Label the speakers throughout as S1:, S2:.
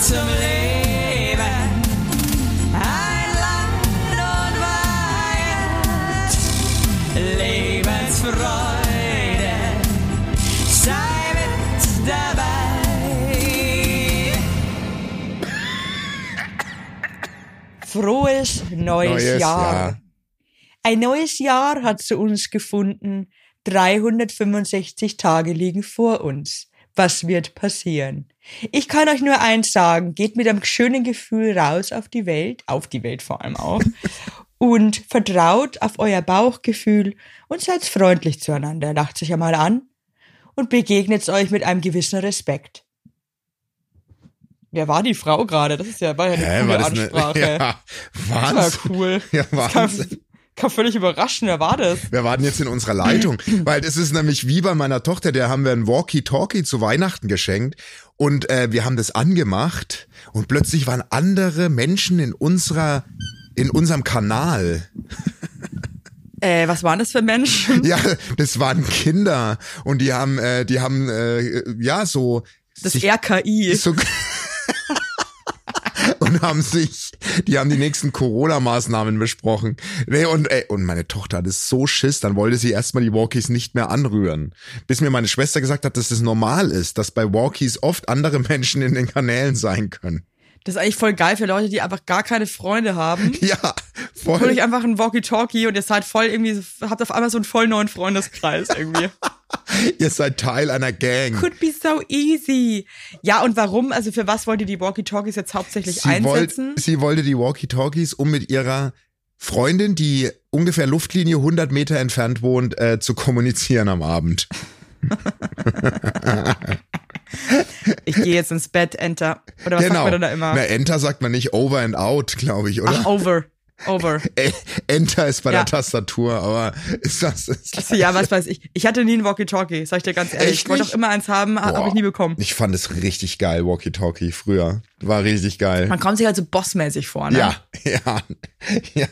S1: zum Leben. Ein Land und Weihend, Lebensfreude, sei mit dabei.
S2: Frohes neues,
S3: Neues
S2: Jahr.
S3: Jahr.
S2: Ein neues Jahr hat zu uns gefunden. 365 Tage liegen vor uns. Was wird passieren? Ich kann euch nur eins sagen, geht mit einem schönen Gefühl raus auf die Welt, auf die Welt vor allem auch, und vertraut auf euer Bauchgefühl und seid freundlich zueinander, lacht sich einmal an und begegnet euch mit einem gewissen Respekt. Wer war die Frau gerade? Das ist ja, war ja eine
S3: Hä,
S2: coole
S3: war das
S2: Ansprache.
S3: eine.
S2: Das
S3: Ja, Wahnsinn.
S2: war cool.
S3: Ja,
S2: Das kam,
S3: Wahnsinn.
S2: kam völlig überraschend, wer war das?
S3: Wir warten jetzt in unserer Leitung, weil es ist nämlich wie bei meiner Tochter, der haben wir ein Walkie-Talkie zu Weihnachten geschenkt und äh, wir haben das angemacht und plötzlich waren andere Menschen in unserer in unserem Kanal.
S2: Äh, was waren das für Menschen?
S3: Ja, das waren Kinder und die haben äh, die haben äh, ja so
S2: Das
S3: sich
S2: RKI.
S3: so und haben sich, die haben die nächsten Corona-Maßnahmen besprochen. Nee, und, ey, und meine Tochter hatte so Schiss, dann wollte sie erstmal die Walkies nicht mehr anrühren. Bis mir meine Schwester gesagt hat, dass das normal ist, dass bei Walkies oft andere Menschen in den Kanälen sein können.
S2: Das ist eigentlich voll geil für Leute, die einfach gar keine Freunde haben.
S3: Ja,
S2: Hol
S3: voll.
S2: euch einfach ein Walkie-Talkie und ihr seid voll irgendwie, so- habt auf einmal so einen voll neuen Freundeskreis irgendwie.
S3: Ihr seid Teil einer Gang.
S2: Could be so easy. Ja, und warum? Also für was wollt ihr die Walkie-Talkies jetzt hauptsächlich
S3: Sie, wollt,
S2: einsetzen?
S3: sie wollte die Walkie-Talkies, um mit ihrer Freundin, die ungefähr Luftlinie 100 Meter entfernt wohnt, äh, zu kommunizieren am Abend.
S2: ich gehe jetzt ins Bett, Enter. Oder was
S3: Genau.
S2: sagt man denn da immer?
S3: Na, Enter sagt man nicht over and out, glaube ich, oder?
S2: Ach, over. Over.
S3: E- Enter ist bei
S2: Ja.
S3: der Tastatur, aber ist das. Ist
S2: Also, ja, was weiß ich. Ich hatte nie ein Walkie-Talkie, sag ich dir ganz ehrlich.
S3: Echt
S2: ich wollte auch
S3: nicht?
S2: immer eins haben, habe
S3: Boah.
S2: ich nie bekommen.
S3: Ich fand es richtig geil, Walkie Talkie früher. War richtig geil.
S2: Man kommt sich halt so bossmäßig vor, ne?
S3: Hm. ja, ja, ja.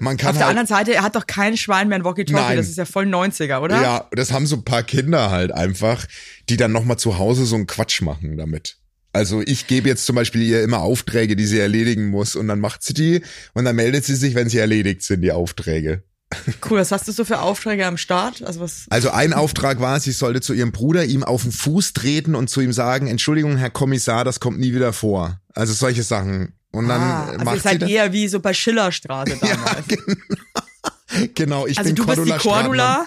S3: Man kann
S2: Auf der
S3: halt,
S2: anderen Seite, er hat doch kein Schwein mehr ein Walkie-Talkie.
S3: Nein.
S2: Das ist ja voll 90er, oder?
S3: Ja, das haben so ein paar Kinder halt einfach, die dann nochmal zu Hause so einen Quatsch machen damit. Also ich gebe jetzt zum Beispiel ihr immer Aufträge, die sie erledigen muss und dann macht sie die und dann meldet sie sich, wenn sie erledigt sind, die Aufträge.
S2: Cool, was hast du so für Aufträge am Start? Also was?
S3: Also ein Auftrag war, sie sollte zu ihrem Bruder ihm auf den Fuß treten und zu ihm sagen, Entschuldigung, Herr Kommissar, das kommt nie wieder vor. Also solche Sachen. Und dann äh,
S2: ah, also ihr
S3: macht sie
S2: seid
S3: das.
S2: eher wie so bei Schillerstraße damals.
S3: Genau, ich
S2: Also
S3: bin
S2: du bist die
S3: Cordula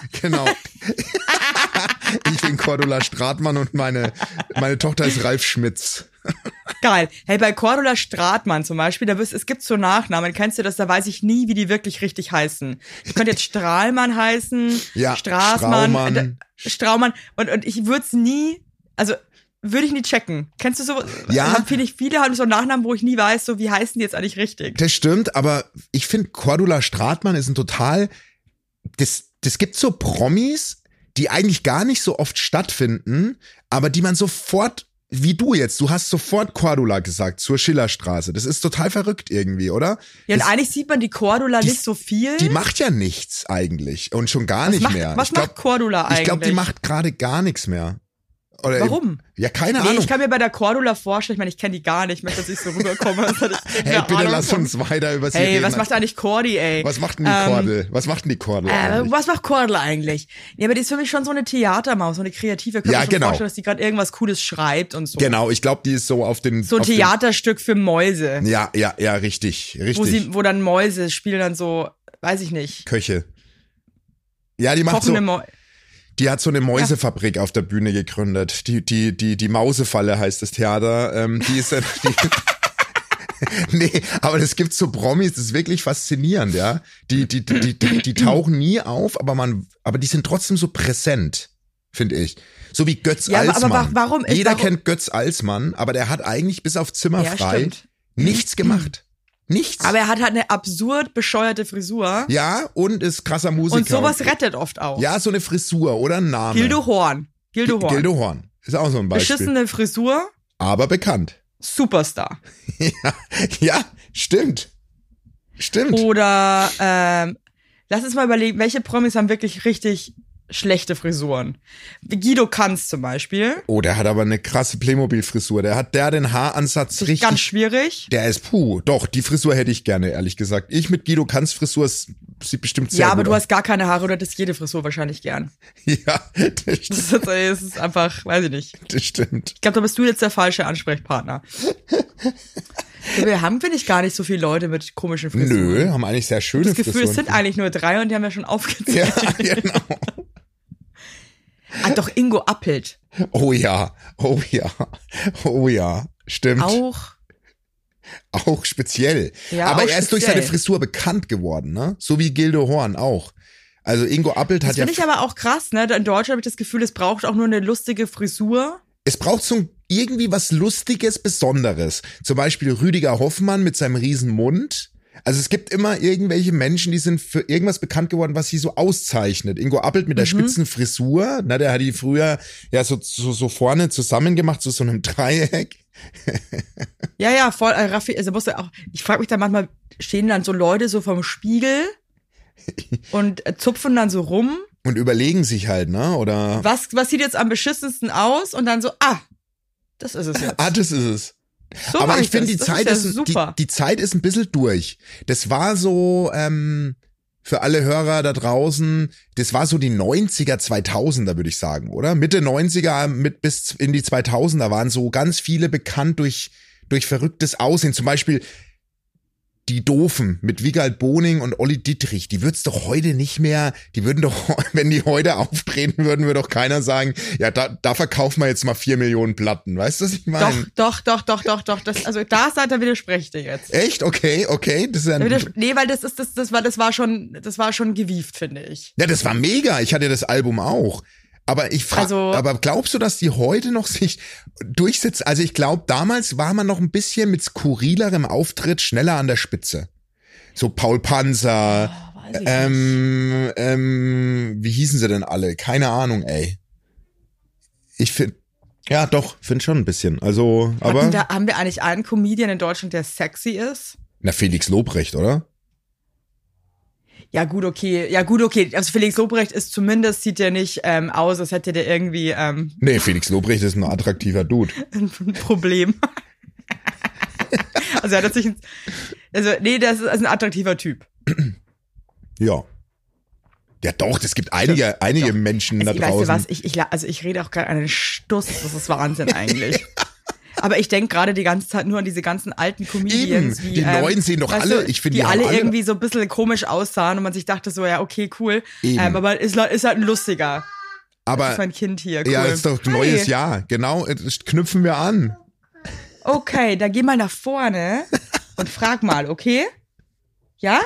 S2: Cordula?
S3: Stratmann. Genau. ich bin Cordula Stratmann und meine, meine Tochter ist Ralf Schmitz.
S2: Geil. Hey, bei Cordula Stratmann zum Beispiel, da wirst, es gibt so Nachnamen, kennst du das? Da weiß ich nie, wie die wirklich richtig heißen. Ich könnte jetzt Strahlmann heißen,
S3: Ja,
S2: Straßmann,
S3: Straumann.
S2: äh, da- Straumann. Und, und ich würde es nie, also würde ich nie checken. Kennst du so?
S3: Ja.
S2: Haben viele, viele haben so Nachnamen, wo ich nie weiß, so wie heißen die jetzt eigentlich richtig.
S3: Das stimmt, aber ich finde, Cordula Stratmann ist ein total. Das, das gibt so Promis, die eigentlich gar nicht so oft stattfinden, aber die man sofort, wie du jetzt, du hast sofort Cordula gesagt zur Schillerstraße. Das ist total verrückt irgendwie, oder?
S2: Ja, und
S3: das,
S2: eigentlich sieht man die Cordula
S3: die-
S2: nicht so viel.
S3: die macht ja nichts eigentlich und schon gar nicht
S2: macht,
S3: mehr.
S2: was
S3: ich glaube,
S2: macht Cordula eigentlich?
S3: ich glaub, die macht gerade gar nichts mehr. Oder
S2: Warum?
S3: Ja, keine
S2: Nee,
S3: Ahnung.
S2: ich kann mir bei der Cordula vorstellen, ich meine, ich kenne die gar nicht, ich möchte, dass ich so rüberkomme. als hätte ich
S3: hey,
S2: keine
S3: bitte
S2: Ahnung
S3: lass
S2: von-
S3: uns weiter über sie
S2: Hey,
S3: reden.
S2: was macht eigentlich Cordy, ey?
S3: was macht denn die
S2: Ähm,
S3: Cordel? Was macht denn die Cordel?
S2: Äh,
S3: eigentlich?
S2: was macht Cordel eigentlich? Ja, aber die ist für mich schon so eine Theatermaus, so eine kreative. Könnte
S3: Ja,
S2: mir schon
S3: genau.
S2: vorstellen, dass die gerade irgendwas Cooles schreibt und so.
S3: Genau, ich glaube, die ist so auf den
S2: So ein
S3: auf den-
S2: Theaterstück für Mäuse,
S3: Ja, ja, ja, richtig, richtig.
S2: wo sie, wo dann Mäuse spielen dann so, weiß ich nicht,
S3: Köche. Ja, die macht
S2: kochende
S3: so,
S2: Mäuse.
S3: die hat so eine Mäusefabrik auf der Bühne gegründet. Die, die, die, die Mausefalle heißt das Theater. Ähm, die ist, die, nee, aber das gibt so Promis, das ist wirklich faszinierend, ja. Die, die, die, die, die, die tauchen nie auf, aber man, aber die sind trotzdem so präsent, finde ich. So wie Götz
S2: Ja, aber- aber
S3: Alsmann.
S2: wa- warum ist-
S3: Jeder
S2: warum-
S3: kennt Götz Alsmann, aber der hat eigentlich bis auf Zimmer
S2: Ja,
S3: frei
S2: stimmt.
S3: nichts gemacht. Nichts.
S2: Aber er hat halt eine absurd bescheuerte Frisur
S3: Ja, und ist krasser Musiker.
S2: und sowas rettet oft auch.
S3: Ja, so eine Frisur oder ein Name.
S2: Gildo Horn. Gildo Horn.
S3: Gildo Horn. Ist auch so ein Beispiel.
S2: Beschissene Frisur,
S3: Aber bekannt.
S2: Superstar.
S3: Ja, stimmt. Stimmt.
S2: Oh. Oder ähm, lass uns mal überlegen, welche Promis haben wirklich richtig schlechte Frisuren. Guido Kanz zum Beispiel.
S3: Oh, der hat aber eine krasse Playmobil-Frisur. Der hat der den Haaransatz richtig.
S2: Ganz schwierig.
S3: der ist puh. Doch, die Frisur hätte ich gerne, ehrlich gesagt. Ich mit Guido Kanz Frisur s- sieht bestimmt sehr
S2: ja, aber
S3: gut
S2: du
S3: aus.
S2: hast gar keine Haare oder hättest jede Frisur wahrscheinlich gern.
S3: Ja, das, st-
S2: Das ist, das ist einfach, weiß ich nicht.
S3: das stimmt.
S2: Ich glaube, da bist du jetzt der falsche Ansprechpartner. Wir haben, finde ich, gar nicht so viele Leute mit komischen Frisuren.
S3: Nö, haben eigentlich sehr schöne
S2: Das Gefühl, es
S3: Frisuren.
S2: sind eigentlich nur drei und die haben ja schon aufgezählt.
S3: ja, genau.
S2: Ah, doch, Ingo Appelt.
S3: Oh ja, oh ja, oh ja. Stimmt.
S2: Auch.
S3: Auch speziell.
S2: Ja,
S3: aber
S2: auch
S3: er ist durch
S2: speziell.
S3: seine Frisur bekannt geworden, ne? So wie Gildo Horn auch. Also Ingo Appelt
S2: Das
S3: hat ja.
S2: finde ich aber auch krass, ne? In Deutschland habe ich das Gefühl, es braucht auch nur eine lustige Frisur.
S3: Es braucht so ein- irgendwie was Lustiges, Besonderes. Zum Beispiel Rüdiger Hoffmann mit seinem riesen Mund. Also es gibt immer irgendwelche Menschen, die sind für irgendwas bekannt geworden, was sie so auszeichnet. Ingo Appelt
S2: Mhm.
S3: mit der spitzen Frisur, na, der hat die früher ja so, so, so vorne zusammen gemacht, zu so einem Dreieck.
S2: Ja, ja, voll. Äh, Raffi, also musst du auch, ich frage mich dann manchmal, stehen dann so Leute so vom Spiegel und äh, zupfen dann so rum.
S3: Und überlegen sich halt, ne? Oder.
S2: Was, was sieht jetzt am beschissensten aus? Und dann so, ah, das ist es jetzt.
S3: Ah, das ist es.
S2: so mach
S3: aber ich finde,
S2: das.
S3: die
S2: Das
S3: Zeit
S2: ist,
S3: ist,
S2: ja super.
S3: Die, die Zeit ist ein bisschen durch. Das war so, ähm, für alle Hörer da draußen, das war so die 90er, 2000er, würde ich sagen, oder? Mitte 90er mit bis in die 2000er waren so ganz viele bekannt durch, durch verrücktes Aussehen. Zum Beispiel die Doofen mit Wiegald Boning und Olli Dietrich, die würd's doch heute nicht mehr, die würden doch, wenn die heute auftreten würden, würde doch keiner sagen, ja, da, da verkaufen wir jetzt mal vier Millionen Platten. Weißt du, was ich meine?
S2: doch, doch, doch, doch, doch, doch. Das, also da seid ihr widersprecht ihr jetzt.
S3: Echt? Okay, okay. Das ist ja
S2: Da
S3: ein,
S2: widers- Nee, weil das ist das, das war, das war schon, das war schon gewieft, finde ich.
S3: ja, das war mega. Ich hatte das Album auch. Aber ich frage,
S2: Also-
S3: aber glaubst du, dass die heute noch sich durchsetzt? Also ich glaube, damals war man noch ein bisschen mit skurrilerem Auftritt schneller an der Spitze. So Paul Panzer,
S2: Ah, Weiß ich
S3: Äh, ähm, ähm, wie hießen sie denn alle? Keine Ahnung, ey. Ich finde, ja doch, finde schon ein bisschen. Also,
S2: Hatten
S3: aber,
S2: Da, haben wir eigentlich einen Comedian in Deutschland, der sexy ist?
S3: na Felix Lobrecht, oder?
S2: Ja, gut, okay. Ja, gut, okay. Also Felix Lobrecht ist zumindest, sieht der nicht ähm, aus, als hätte der irgendwie ähm,
S3: Nee, Felix Lobrecht ist ein attraktiver Dude.
S2: ein Problem. also er hat sich ein, Also, nee, das ist also ein attraktiver Typ.
S3: Ja. Ja, doch, es gibt einige, einige Menschen
S2: Also,
S3: da
S2: ich, weißt du
S3: draußen.
S2: was, ich, ich, la- also ich rede auch gerade einen Stuss, das ist Wahnsinn eigentlich. Aber ich denke gerade die ganze Zeit nur an diese ganzen alten Comedians.
S3: Eben,
S2: wie, ähm,
S3: die Neuen sehen doch
S2: weißt
S3: alle- ich finde,
S2: die,
S3: die haben
S2: alle,
S3: alle-
S2: irgendwie so ein bisschen komisch aussahen und man sich dachte so, ja, okay, cool.
S3: Eben.
S2: Ähm, aber ist, le- ist halt ein lustiger. Das ist
S3: Aber
S2: mein Kind hier. Cool.
S3: ja, ist doch
S2: Hi.
S3: neues Jahr. Genau, äh, knüpfen wir an.
S2: Okay, dann geh mal nach vorne und frag mal, okay? Ja?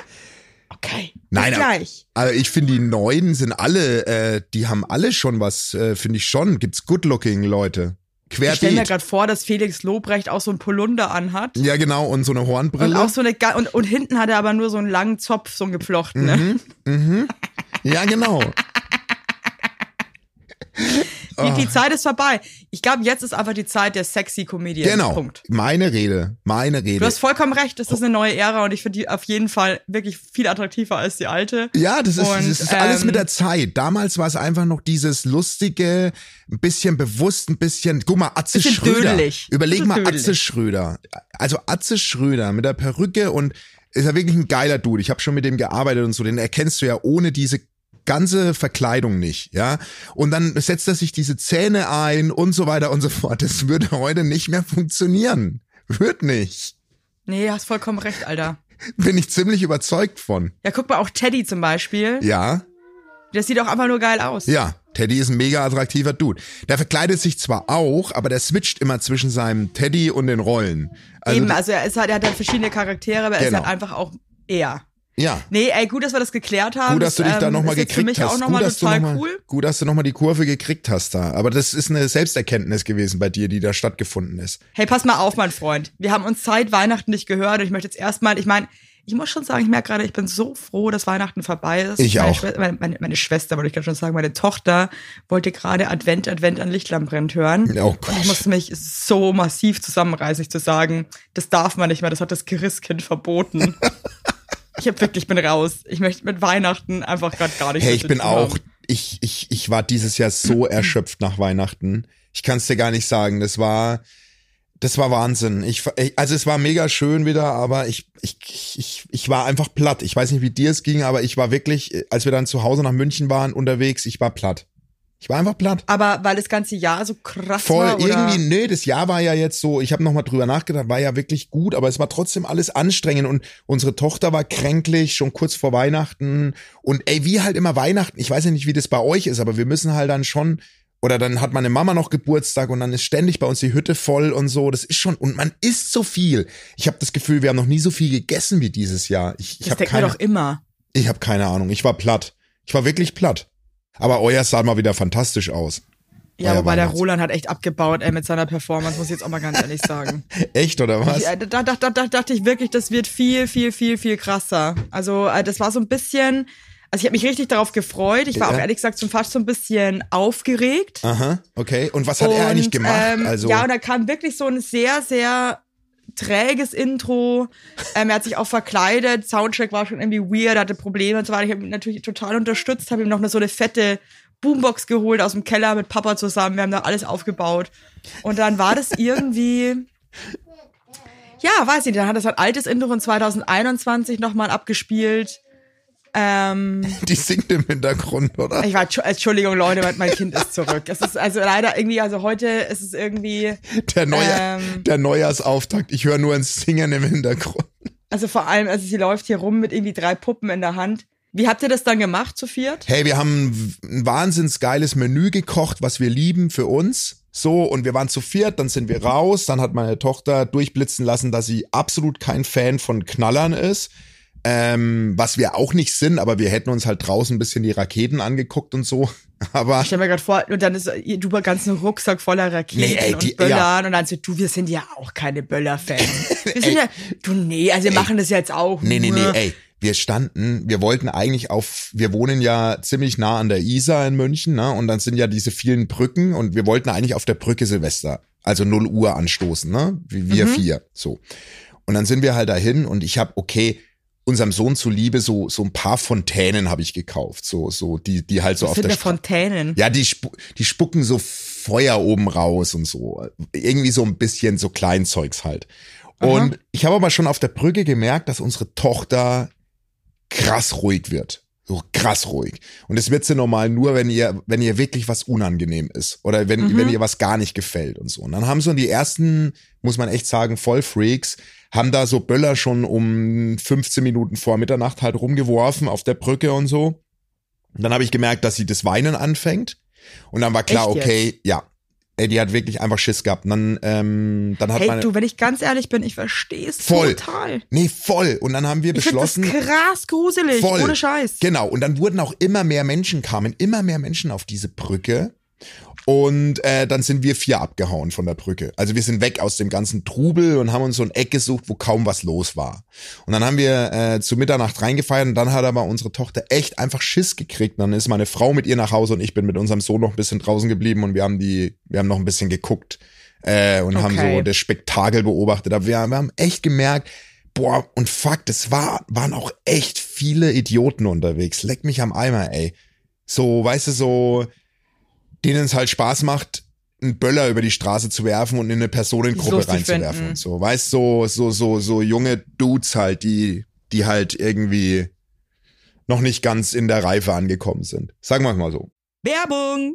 S2: Okay.
S3: Nein,
S2: Bis
S3: aber-
S2: gleich.
S3: Aber Also, ich finde, die Neuen sind alle, äh, die haben alle schon was, äh, finde ich schon. Gibt's good-looking Leute.
S2: Ich stelle mir
S3: Querbeet.
S2: gerade vor, dass Felix Lobrecht auch so ein Polunder anhat.
S3: Ja, genau, und so eine
S2: Und auch
S3: Hornbrille.
S2: so eine ga- und, und hinten hat er aber nur so einen langen Zopf, so einen geflochten. Ne?
S3: Mhm. Ja, genau. Ah.
S2: Die, die Zeit ist vorbei. Ich glaube, jetzt ist einfach die Zeit der sexy Comedians.
S3: Genau. Oh.
S2: Punkt.
S3: Meine Rede. Meine Rede.
S2: Du hast vollkommen recht, das ist eine neue Ära und ich finde die auf jeden Fall wirklich viel attraktiver als die alte.
S3: Ja, das ist,
S2: Und,
S3: das ist alles
S2: ähm,
S3: mit der Zeit. Damals war es einfach noch dieses lustige, ein bisschen bewusst, ein bisschen, guck mal, Atze
S2: Bisschen
S3: Schröder.
S2: dödelig.
S3: Überleg
S2: Bisschen
S3: mal
S2: dödelig.
S3: Atze Schröder. Also Atze Schröder mit der Perücke und ist ja wirklich ein geiler Dude. Ich habe schon mit dem gearbeitet und so, den erkennst du ja ohne diese ganze Verkleidung nicht, ja. Und dann setzt er sich diese Zähne ein und so weiter und so fort. Das würde heute nicht mehr funktionieren. Wird nicht.
S2: Nee, hast vollkommen recht, Alter.
S3: Bin ich ziemlich überzeugt von.
S2: Ja, guck mal, auch Teddy zum Beispiel.
S3: Ja.
S2: Das sieht auch einfach nur geil aus.
S3: Ja, Teddy ist ein mega attraktiver Dude. Der verkleidet sich zwar auch, aber der switcht immer zwischen seinem Teddy und den Rollen. Also,
S2: Eben, also er, ist halt, er hat halt verschiedene Charaktere, aber er ist
S3: Genau.
S2: halt einfach auch er.
S3: ja.
S2: Nee, ey, gut, dass wir das geklärt haben.
S3: Gut, dass du dich
S2: Das,
S3: da
S2: ähm,
S3: nochmal
S2: ist jetzt für
S3: gekriegt
S2: mich
S3: hast.
S2: auch
S3: gut,
S2: nochmal
S3: dass du
S2: total
S3: noch mal,
S2: cool.
S3: gut, dass du nochmal die Kurve gekriegt hast da. Aber das ist eine Selbsterkenntnis gewesen bei dir, die da stattgefunden ist.
S2: Hey, pass mal auf, mein Freund. Wir haben uns seit Weihnachten nicht gehört und ich möchte jetzt erstmal, ich meine, ich muss schon sagen, ich merke gerade, ich bin so froh, dass Weihnachten vorbei ist.
S3: Ich
S2: meine
S3: auch.
S2: Schwe- meine, meine, meine Schwester, wollte ich gerade schon sagen, meine Tochter wollte gerade Advent, Advent an Lichtlein brennt hören.
S3: Oh
S2: Und ich
S3: Gott.
S2: musste mich so massiv zusammenreißen, ich zu sagen, das darf man nicht mehr, das hat das Gerisskind verboten. ich hab wirklich, ich bin raus. Ich möchte mit Weihnachten einfach gerade gar nicht
S3: Hey,
S2: mehr
S3: ich
S2: zu
S3: bin
S2: tun
S3: auch
S2: haben.
S3: ich, ich, ich war dieses Jahr so erschöpft nach Weihnachten. Ich kann es dir gar nicht sagen. Das war, das war Wahnsinn. Ich, ich- also es war mega schön wieder, aber ich, ich, ich, ich war einfach platt. Ich weiß nicht, wie dir es ging, aber ich war wirklich, als wir dann zu Hause nach München waren unterwegs, ich war platt. Ich war einfach platt.
S2: Aber weil das ganze Jahr so krass
S3: Voll,
S2: war, oder?
S3: irgendwie, nee, das Jahr war ja jetzt so, ich habe nochmal drüber nachgedacht, war ja wirklich gut, aber es war trotzdem alles anstrengend und unsere Tochter war kränklich, schon kurz vor Weihnachten und ey, wie halt immer Weihnachten, ich weiß ja nicht, wie das bei euch ist, aber wir müssen halt dann schon, oder dann hat meine Mama noch Geburtstag und dann ist ständig bei uns die Hütte voll und so, das ist schon, und man isst so viel. Ich habe das Gefühl, wir haben noch nie so viel gegessen wie dieses Jahr. Ich, ich
S2: das
S3: habe
S2: denkt man
S3: keine,
S2: doch eh. immer.
S3: ich hab keine Ahnung, ich war platt. Ich war wirklich platt. Aber euer sah mal wieder fantastisch aus.
S2: Ja,
S3: Euer
S2: wobei der
S3: Weihnachts-
S2: Roland hat echt abgebaut, ey, mit seiner Performance, muss ich jetzt auch mal ganz ehrlich sagen.
S3: Echt, oder was?
S2: Ja, da, da, da, da dachte ich wirklich, das wird viel, viel, viel, viel krasser. Also äh, das war so ein bisschen, also ich habe mich richtig darauf gefreut. Ich war
S3: Ja.
S2: auch ehrlich gesagt schon fast so ein bisschen aufgeregt.
S3: Aha, okay. Und was hat er eigentlich
S2: Und,
S3: gemacht?
S2: Ähm,
S3: also,
S2: Ja, und da kam wirklich so ein sehr, sehr träges Intro. Ähm, er hat sich auch verkleidet. Soundtrack war schon irgendwie weird, hatte Probleme und so weiter. Ich habe ihn natürlich total unterstützt, habe ihm noch eine, so eine fette Boombox geholt aus dem Keller mit Papa zusammen. Wir haben da alles aufgebaut. Und dann war das irgendwie. Ja, weiß nicht, dann hat das ein altes Intro von 2021 nochmal abgespielt. Ähm,
S3: die singt im Hintergrund, oder?
S2: ich war, Entschuldigung, Leute, mein- mein Kind ist zurück. Es ist also leider irgendwie, also heute ist es irgendwie,
S3: Der, Neujahr,
S2: ähm.
S3: der Neujahrsauftakt. Ich höre nur ein Singen im Hintergrund.
S2: also vor allem, also sie läuft hier rum mit irgendwie drei Puppen in der Hand. Wie habt ihr das dann gemacht zu viert?
S3: Hey, wir haben ein wahnsinns geiles Menü gekocht, was wir lieben für uns. So, und wir waren zu viert, dann sind wir raus. Dann hat meine Tochter durchblitzen lassen, dass sie absolut kein Fan von Knallern ist. Ähm, was wir auch nicht sind, aber wir hätten uns halt draußen ein bisschen die Raketen angeguckt und so. Aber
S2: Ich stell mir gerade vor, und dann ist ihr- du einen ganzen Rucksack voller Raketen
S3: Nee, ey, die-
S2: und Böllern und dann so, du, wir sind ja auch keine Böller-Fans. Wir sind
S3: Ey.
S2: ja, du, nee, also wir machen das jetzt auch.
S3: Nee, nee, nee,
S2: nur.
S3: ey. Wir standen, wir wollten eigentlich auf, wir wohnen ja ziemlich nah an der Isar in München, ne? Und dann sind ja diese vielen Brücken und wir wollten eigentlich auf der Brücke Silvester, also 0 Uhr anstoßen, ne? Wie
S2: Mhm.
S3: wir vier, so. Und dann sind wir halt dahin und ich habe, okay, unserem Sohn zuliebe so so ein paar Fontänen habe ich gekauft, so so die die halt so
S2: Das
S3: auf der
S2: sind ja
S3: Stra-
S2: Fontänen.
S3: ja, die, spu die spucken so Feuer oben raus und so. Irgendwie so ein bisschen so Kleinzeugs halt. Und ich habe aber schon auf der Brücke gemerkt, dass unsere Tochter krass ruhig wird. So krass ruhig. Und es wird sie normal nur, wenn ihr, wenn ihr wirklich was unangenehm ist. Oder wenn, wenn ihr was gar nicht gefällt und so. Und dann haben so die ersten, muss man echt sagen, Vollfreaks, haben da so Böller schon um 15 Minuten vor Mitternacht halt rumgeworfen auf der Brücke und so. Und dann habe ich gemerkt, dass sie das Weinen anfängt. Und dann war klar,
S2: Echt jetzt?
S3: okay, ja. Ey, die hat wirklich einfach Schiss gehabt. Und dann, ähm, dann hat
S2: Hey,
S3: meine.
S2: du, wenn ich ganz ehrlich bin, ich verstehe es
S3: Voll.
S2: total.
S3: nee, voll. Und dann haben wir
S2: Ich finde das
S3: beschlossen.
S2: krass gruselig,
S3: Voll.
S2: ohne Scheiß.
S3: Genau. Und dann wurden auch immer mehr Menschen, kamen immer mehr Menschen auf diese Brücke. Und äh, dann sind wir vier abgehauen von der Brücke. Also wir sind weg aus dem ganzen Trubel und haben uns so ein Eck gesucht, wo kaum was los war. Und dann haben wir äh, zu Mitternacht reingefeiert und dann hat aber unsere Tochter echt einfach Schiss gekriegt. Und dann ist meine Frau mit ihr nach Hause und ich bin mit unserem Sohn noch ein bisschen draußen geblieben und wir haben die, wir haben noch ein bisschen geguckt äh, und haben
S2: Okay.
S3: so das Spektakel beobachtet. Aber wir, wir haben echt gemerkt, boah, und fuck, das war, waren auch echt viele Idioten unterwegs. Leck mich am Eimer, ey. So, weißt du, so, denen es halt Spaß macht, einen Böller über die Straße zu werfen und in eine Personengruppe
S2: lustig
S3: reinzuwerfen
S2: finden.
S3: und so. Weißt du, so, so, so, so junge Dudes halt, die, die halt irgendwie noch nicht ganz in der Reife angekommen sind. Sagen wir es mal so.
S2: Werbung!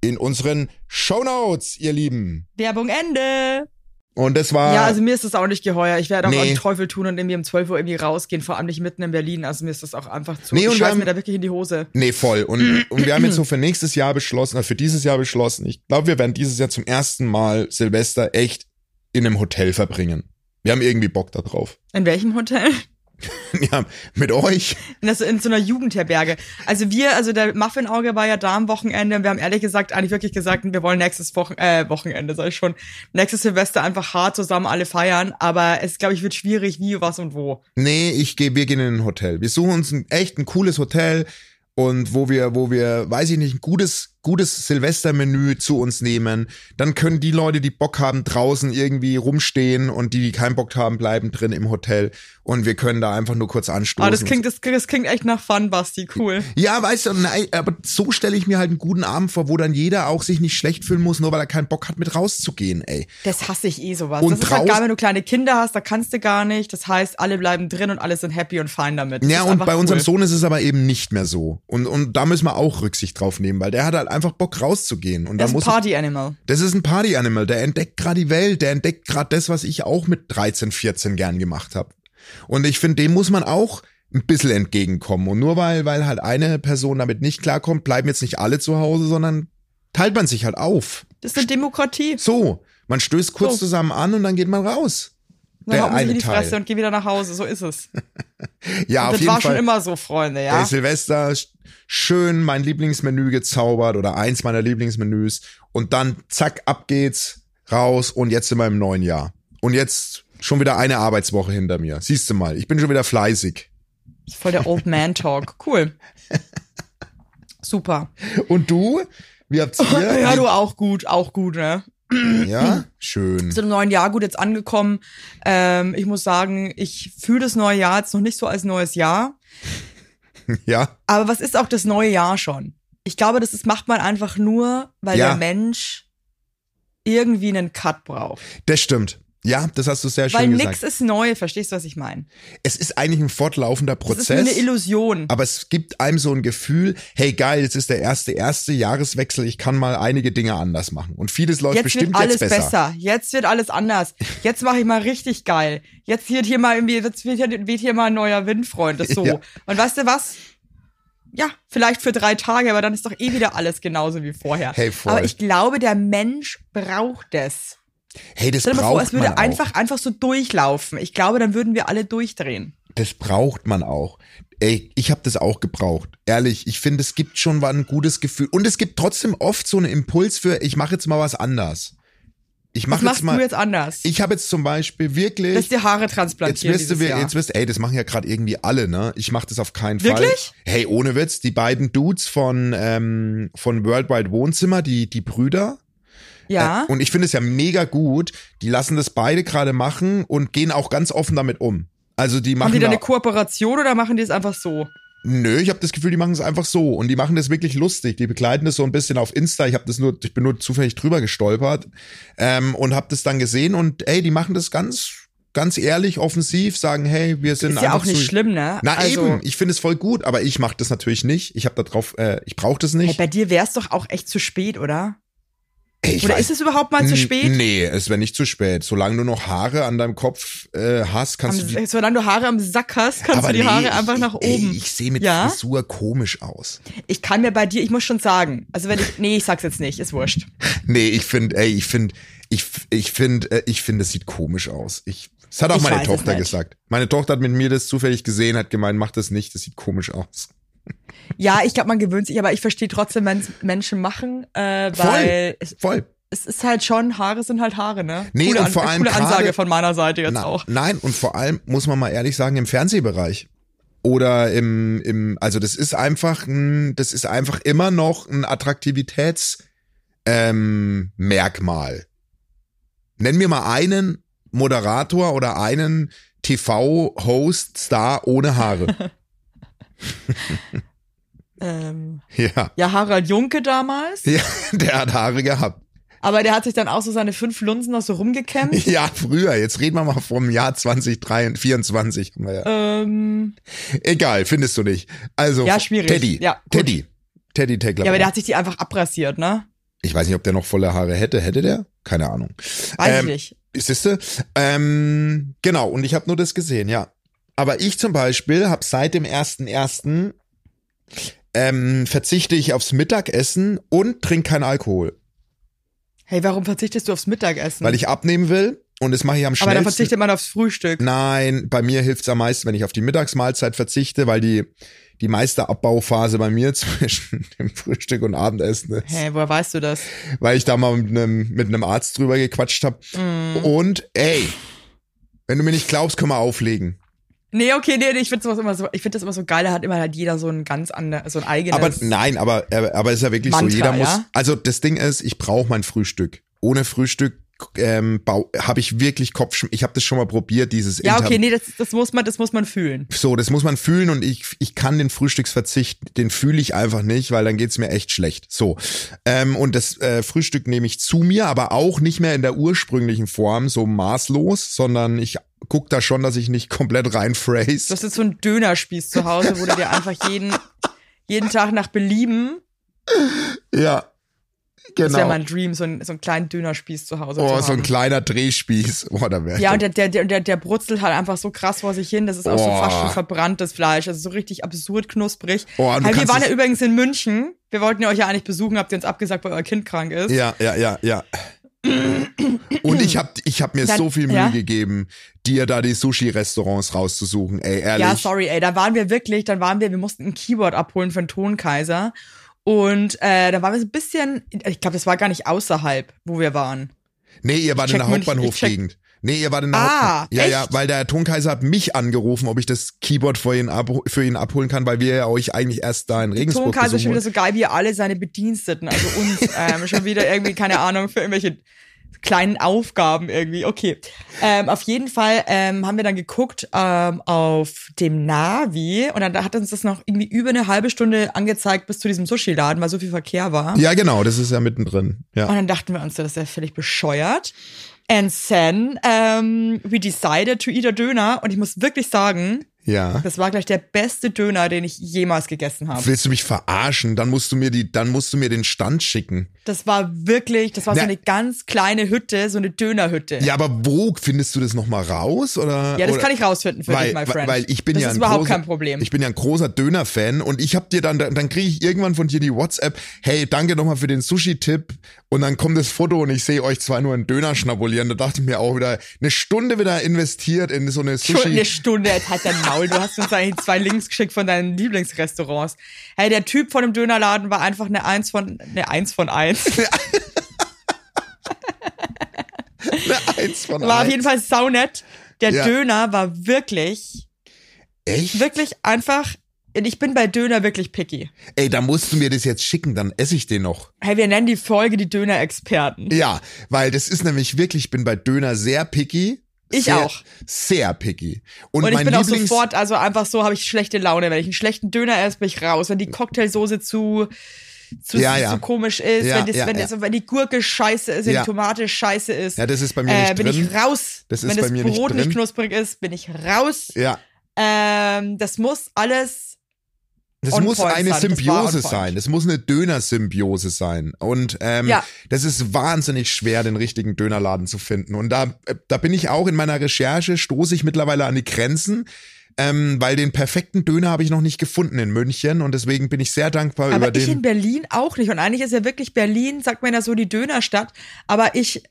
S3: in unseren Shownotes, ihr Lieben.
S4: Werbung Ende.
S3: Und das war.
S2: Ja, also mir ist das auch nicht geheuer. Ich werde auch
S3: Ah. Nee.
S2: einen Teufel tun und irgendwie um 12 Uhr irgendwie rausgehen, vor allem nicht mitten in Berlin. Also mir ist das auch einfach zu.
S3: Nee, und
S2: ich
S3: wir
S2: scheiß
S3: haben-
S2: mir da wirklich in die Hose.
S3: Nee, voll. Und, und wir haben jetzt so für nächstes Jahr beschlossen, also für dieses Jahr beschlossen, ich glaube, wir werden dieses Jahr zum ersten Mal Silvester echt in einem Hotel verbringen. Wir haben irgendwie Bock da drauf.
S2: In welchem Hotel?
S3: Ja, mit euch.
S2: In, das, in so einer Jugendherberge. Also wir, also der Muffinauge war ja da am Wochenende und wir haben ehrlich gesagt, eigentlich wirklich gesagt, wir wollen nächstes Wochen, äh, Wochenende, sag ich schon, nächstes Silvester einfach hart zusammen alle feiern. Aber es, glaube ich, wird schwierig, wie, was und wo.
S3: Nee, ich gehe, wir gehen in ein Hotel. Wir suchen uns ein echt ein cooles Hotel und wo wir, wo wir, weiß ich nicht, ein gutes, gutes Silvestermenü zu uns nehmen. Dann können die Leute, die Bock haben, draußen irgendwie rumstehen und die, die keinen Bock haben, bleiben drin im Hotel und wir können da einfach nur kurz anstoßen.
S2: Aber Ah, das klingt, das, das klingt echt nach Fun, Basti. Cool.
S3: Ja, weißt du, nein, aber so stelle ich mir halt einen guten Abend vor, wo dann jeder auch sich nicht schlecht fühlen muss, nur weil er keinen Bock hat, mit rauszugehen, ey.
S2: Das hasse ich eh sowas.
S3: Und
S2: das ist halt
S3: draußen-
S2: geil, wenn du kleine Kinder hast, da kannst du gar nicht. Das heißt, alle bleiben drin und alle sind happy und fein damit. Das
S3: Ja,
S2: ist
S3: und
S2: einfach
S3: bei unserem
S2: cool.
S3: Sohn ist es aber eben nicht mehr so. Und, und da müssen wir auch Rücksicht drauf nehmen, weil der hat halt einfach Bock rauszugehen. Und da
S2: Er ist ein
S3: muss,
S2: Party-Animal.
S3: das ist ein Party-Animal, der entdeckt gerade die Welt, der entdeckt gerade das, was ich auch mit 13, 14 gern gemacht habe. Und ich finde, dem muss man auch ein bisschen entgegenkommen. Und nur weil, weil halt eine Person damit nicht klarkommt, bleiben jetzt nicht alle zu Hause, sondern teilt man sich halt auf.
S2: Das ist eine Demokratie.
S3: So, man stößt kurz
S2: So.
S3: zusammen an und dann geht man raus.
S2: Dann
S3: Der
S2: haut man sich in
S3: eine
S2: die
S3: Teil.
S2: Fresse und geh wieder nach Hause. So ist es.
S3: Ja, auf
S2: das
S3: jeden
S2: war
S3: Fall.
S2: schon immer so, Freunde, ja.
S3: Ey, Silvester sch- schön mein Lieblingsmenü gezaubert oder eins meiner Lieblingsmenüs und dann zack ab geht's raus und jetzt sind wir im neuen Jahr. Und jetzt schon wieder eine Arbeitswoche hinter mir. Siehst du mal, ich bin schon wieder fleißig.
S2: Voll der Old Man Talk. Cool. Super.
S3: Und du? Wie habt's
S2: Ja,
S3: dir?
S2: du auch gut, auch gut, ne?
S3: ja? schön.
S2: Sind im neuen Jahr gut jetzt angekommen. Ähm, ich muss sagen, ich fühle das neue Jahr jetzt noch nicht so als neues Jahr.
S3: Ja,
S2: Aber was ist auch das neue Jahr schon? Ich glaube, das ist, macht man einfach nur, weil
S3: Ja.
S2: der Mensch irgendwie einen Cut braucht.
S3: das stimmt. Ja, das hast du sehr schön
S2: Weil nix
S3: gesagt.
S2: ist neu, verstehst du, was ich meine?
S3: Es ist eigentlich ein fortlaufender
S2: Das
S3: Prozess.
S2: ist eine Illusion.
S3: Aber es gibt einem so ein Gefühl, hey geil, jetzt ist der erste, erste Jahreswechsel, ich kann mal einige Dinge anders machen. Und vieles läuft
S2: Jetzt
S3: bestimmt
S2: wird alles
S3: jetzt besser.
S2: Jetzt wird alles anders. Jetzt mache ich mal richtig geil. Jetzt wird hier mal irgendwie, jetzt wird hier, weht hier mal ein neuer Wind, Freund. Das so.
S3: Ja.
S2: Und weißt du was? Ja, vielleicht für drei Tage, aber dann ist doch eh wieder alles genauso wie vorher.
S3: Hey, voll.
S2: aber ich glaube, der Mensch braucht es.
S3: Hey, das
S2: Stell dir
S3: braucht
S2: mal vor, es
S3: man
S2: würde
S3: auch.
S2: einfach, einfach so durchlaufen. Ich glaube, dann würden wir alle durchdrehen.
S3: Das braucht man auch. Ey, ich habe das auch gebraucht. Ehrlich, ich finde, es gibt schon mal ein gutes Gefühl. Und es gibt trotzdem oft so einen Impuls für, ich mache jetzt mal was anders.
S2: Was
S3: Ich mache
S2: machst
S3: jetzt mal.
S2: du jetzt anders?
S3: ich habe jetzt zum Beispiel wirklich.
S2: Lass dir Haare
S3: Jetzt
S2: transplantieren.
S3: wirst du,
S2: dieses
S3: wir-
S2: Jahr.
S3: jetzt wirst, ey, das machen ja gerade irgendwie alle, ne? Ich mache das auf keinen Fall.
S2: Wirklich?
S3: Hey, ohne Witz, die beiden Dudes von ähm, von Worldwide Wohnzimmer, die die Brüder.
S2: ja.
S3: Äh, und ich finde es ja mega gut. Die lassen das beide gerade machen und gehen auch ganz offen damit um. Also die machen
S2: machen die da
S3: da,
S2: eine Kooperation oder machen die es einfach so?
S3: nö, ich habe das Gefühl, die machen es einfach so und die machen das wirklich lustig. Die begleiten das so ein bisschen auf Insta. Ich habe das nur, ich bin nur zufällig drüber gestolpert ähm, und habe das dann gesehen und ey, die machen das ganz, ganz ehrlich, offensiv, sagen, hey, wir sind
S2: Ist ja
S3: einfach
S2: auch nicht
S3: so,
S2: schlimm, ne?
S3: Na
S2: Also-
S3: eben, ich finde es voll gut, aber ich mache das natürlich nicht. Ich habe da drauf, äh, ich brauche das
S2: Hey,
S3: nicht.
S2: bei dir wär's doch auch echt zu spät, oder?
S3: Ey, ich
S2: oder
S3: weiß-
S2: ist es überhaupt mal zu
S3: N-
S2: spät?
S3: Nee, es wäre nicht zu spät. Solange du noch Haare an deinem Kopf äh, hast,
S2: Am,
S3: kannst du die.
S2: solange du Haare am Sack hast, kannst du die
S3: nee,
S2: Haare
S3: ich-
S2: einfach nach
S3: ey,
S2: oben.
S3: ich sehe mit
S2: Ja?
S3: Frisur komisch aus.
S2: ich kann mir bei dir, ich muss schon sagen, also wenn ich, nee, ich sag's jetzt nicht, ist wurscht.
S3: Nee, ich finde, ey, ich finde, ich, ich finde, äh, ich finde, es sieht komisch aus. Ich, das hat auch
S2: Ich
S3: meine
S2: weiß es
S3: Tochter
S2: nicht.
S3: gesagt. Meine Tochter hat mit mir das zufällig gesehen, hat gemeint, mach das nicht, das sieht komisch aus.
S2: Ja, ich glaube, man gewöhnt sich, aber ich verstehe trotzdem, wenn Menschen machen, äh, weil es,
S3: Voll.
S2: es ist halt schon, Haare sind halt Haare, ne?
S3: Nee,
S2: coole
S3: und vor allem
S2: coole Ansage
S3: gerade-
S2: von meiner Seite jetzt
S3: Na,
S2: auch.
S3: Nein, und vor allem muss man mal ehrlich sagen, im Fernsehbereich. Oder im, im, also das ist einfach ein, das ist einfach immer noch ein Attraktivitäts, ähm, Merkmal. Nenn mir mal einen Moderator oder einen TV-Host, Star ohne Haare.
S2: Ähm,
S3: ja.
S2: ja, Harald Junke damals.
S3: ja, der hat Haare gehabt.
S2: Aber der hat sich dann auch so seine fünf Lunsen noch so rumgekämmt.
S3: Ja, früher. Jetzt reden wir mal vom Jahr 2024. haben wir ja.
S2: ähm,
S3: Egal, findest du nicht. Also,
S2: Ja, schwierig.
S3: Teddy.
S2: Ja, gut.
S3: Teddy. Teddy Tackler.
S2: ja, aber der hat sich die einfach abrasiert, ne?
S3: ich weiß nicht, ob der noch volle Haare hätte. Hätte der? Keine Ahnung.
S2: Weiß
S3: Ähm,
S2: ich nicht.
S3: Siehste? Ähm, genau, und ich habe nur das gesehen, ja. Aber ich zum Beispiel habe seit dem 1.1. Ähm, verzichte ich aufs Mittagessen und trinke keinen
S2: Hm.
S3: Alkohol,
S2: Hey, warum verzichtest du aufs Mittagessen?
S3: weil ich abnehmen will und das mache ich am
S2: aber
S3: schnellsten.
S2: dann verzichtet man aufs Frühstück.
S3: Nein, bei mir hilft's am meisten, wenn ich auf die Mittagsmahlzeit verzichte, weil die, die meiste Abbauphase bei mir zwischen dem Frühstück und Abendessen ist.
S2: Hey, woher weißt du das?
S3: weil ich da mal mit einem, mit einem Arzt drüber gequatscht habe.
S2: Mhm.
S3: Und ey, wenn du mir nicht glaubst, können wir auflegen.
S2: Nee, okay, nee, nee, ich finde das immer so, ich finde das immer so geil, da hat immer halt jeder so ein ganz anderes, so ein eigenes.
S3: Aber nein, aber äh, aber ist ja wirklich so.
S2: Mantra,
S3: Jeder muss.
S2: ja?
S3: Also das Ding ist, ich brauche mein Frühstück. Ohne Frühstück ähm, habe ich wirklich Kopfschmerzen. Ich habe das schon mal probiert, dieses
S2: ja,
S3: Inter-
S2: okay, nee, das, das muss man, das muss man fühlen.
S3: So, das muss man fühlen und ich, ich kann den Frühstücksverzicht, den fühle ich einfach nicht, weil dann geht's mir echt schlecht. So. Ähm, und das äh, Frühstück nehme ich zu mir, aber auch nicht mehr in der ursprünglichen Form, so maßlos, sondern ich guck da schon, dass ich nicht komplett
S2: Du
S3: reinphrase.
S2: hast jetzt so einen Dönerspieß zu Hause, wo du dir einfach jeden, jeden Tag nach Belieben,
S3: Ja.
S2: das wäre
S3: Genau.
S2: mein Dream, so, ein, so einen kleinen Dönerspieß zu Hause. zu
S3: Oh,
S2: haben.
S3: so ein kleiner Drehspieß. Oh, da wär
S2: ja, und der, der, der, der, der brutzelt halt einfach so krass vor sich hin. Das ist auch so
S3: Boah.
S2: fast schon verbranntes Fleisch. Also so richtig absurd knusprig.
S3: Oh, und
S2: hey,
S3: du
S2: wir
S3: kannst
S2: waren ja
S3: es-
S2: übrigens in München. Wir wollten ja euch ja eigentlich besuchen, habt ihr uns abgesagt, weil euer Kind krank ist.
S3: Ja, ja, ja, ja. Und ich habe ich hab mir
S2: Dann-
S3: so viel Mühe
S2: ja?
S3: gegeben, dir da die Sushi-Restaurants rauszusuchen. Ey, ehrlich.
S2: Ja, sorry, ey, da waren wir wirklich, dann waren wir, wir mussten ein Keyboard abholen von Tonkaiser. Und äh, da waren wir so ein bisschen, ich glaube, das war gar nicht außerhalb, wo wir waren.
S3: Nee, ihr wart in
S2: check
S3: der
S2: München,
S3: Hauptbahnhofgegend. Nee, ihr wart in der
S2: Ah,
S3: Hauptbahnhof. Ja, ja,
S2: echt?
S3: weil der Tonkaiser hat mich angerufen, ob ich das Keyboard für ihn, abho- für ihn abholen kann, weil wir ja euch eigentlich erst da in Regensburg
S2: Tonkaiser ist
S3: besuchen.
S2: schon wieder
S3: wollten.
S2: so geil wie alle seine Bediensteten, also uns, ähm, schon wieder irgendwie, keine Ahnung, für irgendwelche kleinen Aufgaben irgendwie. Okay. Ähm, auf jeden Fall ähm, haben wir dann geguckt ähm, auf dem Navi und dann hat uns das noch irgendwie über eine halbe Stunde angezeigt bis zu diesem Sushi-Laden, weil so viel Verkehr war.
S3: Ja, genau, das ist ja mittendrin.
S2: Und
S3: Ja.
S2: dann dachten wir uns, das ist ja völlig bescheuert. And then ähm, we decided to eat a Döner. Und ich muss wirklich sagen,
S3: ja.
S2: das war gleich der beste Döner, den ich jemals gegessen habe.
S3: Willst du mich verarschen? Dann musst du mir die, dann musst du mir den Stand schicken.
S2: Das war wirklich, das war so
S3: Na-
S2: eine ganz kleine Hütte, so eine Dönerhütte.
S3: Ja, aber wo findest du das nochmal raus? Oder,
S2: Ja, das
S3: oder?
S2: kann ich rausfinden für
S3: weil,
S2: dich, my
S3: weil-
S2: friend.
S3: Weil ich bin
S2: das
S3: ja
S2: ist
S3: ein
S2: überhaupt
S3: großer,
S2: kein Problem.
S3: Ich bin ja ein großer Döner-Fan und ich hab dir dann, dann kriege ich irgendwann von dir die WhatsApp, hey, danke nochmal für den Sushi-Tipp und dann kommt das Foto und ich sehe euch zwei nur einen Döner schnabulieren. Da dachte ich mir auch wieder, eine Stunde wieder investiert in so eine
S2: Schon eine
S3: Sushi.
S2: Stunde, jetzt halt dein Maul. Du hast uns eigentlich zwei Links geschickt von deinen Lieblingsrestaurants. Hey, der Typ von dem Dönerladen war einfach eine Eins von, eine Eins von Eins.
S3: Eine Eins von
S2: War auf
S3: eins.
S2: jeden Fall saunett. Der
S3: Ja.
S2: Döner war wirklich,
S3: Echt?
S2: wirklich einfach. und Ich bin bei Döner wirklich picky.
S3: Ey, da musst du mir das jetzt schicken, dann esse ich den noch.
S2: Hey, wir nennen die Folge die Döner-Experten.
S3: Ja, weil das ist nämlich wirklich, ich bin bei Döner sehr picky.
S2: Ich
S3: sehr,
S2: auch.
S3: Sehr picky. Und,
S2: Und ich
S3: mein
S2: bin auch
S3: Lieblings
S2: sofort, also einfach so habe ich schlechte Laune. Wenn ich einen schlechten Döner esse, bin ich raus. Wenn die Cocktailsoße zu, zu,
S3: Ja, ja.
S2: zu komisch ist,
S3: Ja,
S2: wenn, das,
S3: ja,
S2: wenn,
S3: ja.
S2: Das, wenn die Gurke scheiße ist, wenn
S3: Ja.
S2: die Tomate scheiße ist,
S3: Ja, das ist bei mir
S2: äh,
S3: nicht
S2: bin
S3: drin.
S2: ich raus.
S3: Das ist
S2: wenn
S3: bei
S2: das
S3: mir nicht
S2: Brot
S3: drin.
S2: knusprig ist, bin ich raus.
S3: Ja.
S2: Ähm, das muss alles
S3: Das
S2: on
S3: muss
S2: point sein.
S3: eine
S2: Das war on
S3: Symbiose
S2: point.
S3: sein. Das muss eine Döner-Symbiose sein. Und ähm,
S2: Ja.
S3: das ist wahnsinnig schwer, den richtigen Dönerladen zu finden. Und da, äh, da bin ich auch in meiner Recherche, stoße ich mittlerweile an die Grenzen, ähm, weil den perfekten Döner habe ich noch nicht gefunden in München. Und deswegen bin ich sehr dankbar über
S2: Aber ich in
S3: den.
S2: Berlin auch nicht. Und eigentlich ist ja wirklich Berlin, sagt man ja so, die Dönerstadt. Aber ich,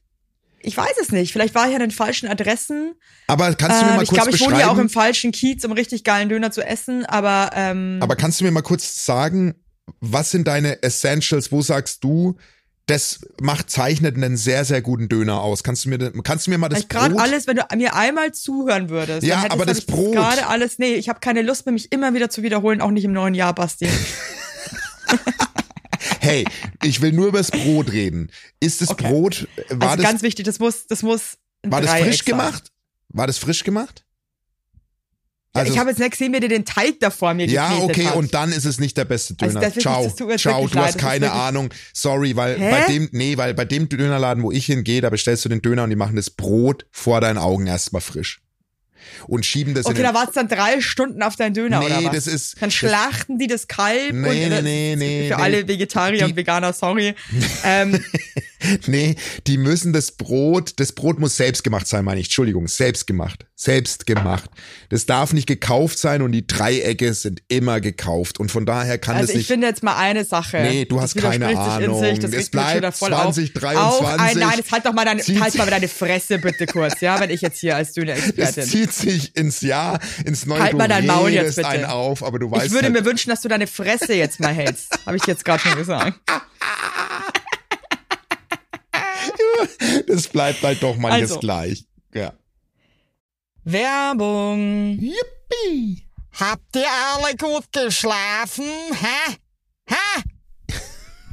S2: ich weiß es nicht. Vielleicht war ich an den falschen Adressen.
S3: Aber kannst du mir
S2: Ähm,
S3: mal
S2: ich
S3: kurz
S2: glaube, ich wohne
S3: beschreiben?
S2: ja auch im falschen Kiez, um richtig geilen Döner zu essen. Aber, ähm,
S3: aber kannst du mir mal kurz sagen, was sind deine Essentials? Wo sagst du, das macht zeichnet einen sehr sehr guten Döner aus? Kannst du mir, da- kannst du mir mal das
S2: ich gerade
S3: Brot?
S2: alles, wenn du mir einmal zuhören würdest.
S3: Ja,
S2: dann hättest
S3: aber
S2: du
S3: das
S2: ich
S3: Brot.
S2: Gerade alles. Nee, ich habe keine Lust mehr, mich immer wieder zu wiederholen, auch nicht im neuen Jahr, Basti.
S3: Hey, ich will nur über das Brot reden. Ist das
S2: Okay.
S3: Brot, äh, war
S2: also
S3: das,
S2: ganz wichtig, das muss, das muss. ein
S3: war das
S2: Dreieck
S3: frisch
S2: sein.
S3: gemacht? War das frisch gemacht?
S2: Ja, ich habe jetzt nicht gesehen, wie der den Teig da vor mir
S3: Also Ja,
S2: geknetet
S3: okay,
S2: hat.
S3: und dann ist es nicht der beste
S2: Also
S3: Döner.
S2: das wirklich,
S3: Ciao.
S2: das tut mir jetzt
S3: Ciao,
S2: wirklich
S3: du
S2: leid,
S3: hast
S2: das ist
S3: keine
S2: wirklich-
S3: Ahnung. Sorry, weil
S2: Hä?
S3: bei dem, nee, weil bei dem Dönerladen, wo ich hingehe, da bestellst du den Döner und die machen das Brot vor deinen Augen erstmal frisch. Und schieben das
S2: Okay,
S3: in
S2: da
S3: den
S2: war's dann drei Stunden auf deinen Döner,
S3: Nee,
S2: oder was?
S3: das ist-
S2: Dann
S3: das-
S2: schlachten die das Kalb
S3: Nee,
S2: und äh,
S3: nee,
S2: das-
S3: nee, nee,
S2: für
S3: nee.
S2: alle Vegetarier
S3: Die-
S2: und Veganer, sorry. ähm,
S3: Nee, die müssen das Brot, das Brot muss selbst gemacht sein, meine ich. Entschuldigung, selbst gemacht. Selbst gemacht. Das darf nicht gekauft sein und die Dreiecke sind immer gekauft. Und von daher kann
S2: also
S3: das
S2: ich
S3: nicht.
S2: finde jetzt mal eine Sache.
S3: Nee, du hast
S2: Das
S3: keine
S2: widerspricht sich in
S3: Ahnung.
S2: Sich, das
S3: Es
S2: regt mich schon
S3: bleibt
S2: wieder voll
S3: 2023.
S2: Auf. Auf ein, nein, jetzt halt doch mal deine,
S3: Zieht
S2: halt mal
S3: sich-
S2: deine Fresse bitte kurz, ja, wenn ich jetzt hier als
S3: es
S2: Döner-Expertin.
S3: zieht sich ins Jahr, ins neue
S2: Halt
S3: du
S2: mal dein Maul
S3: redest
S2: jetzt bitte.
S3: einen auf, aber du weißt
S2: Ich würde
S3: halt,
S2: mir wünschen, dass du deine Fresse jetzt mal hältst. Habe ich jetzt gerade schon gesagt.
S3: es bleibt halt doch manches
S2: Also.
S3: gleich. Ja.
S2: Werbung.
S5: Habt ihr alle gut geschlafen? Hä? Hä?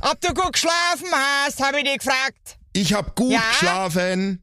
S5: Ob du gut geschlafen hast, habe ich dich gefragt.
S3: Ich habe gut
S5: Ja?
S3: geschlafen.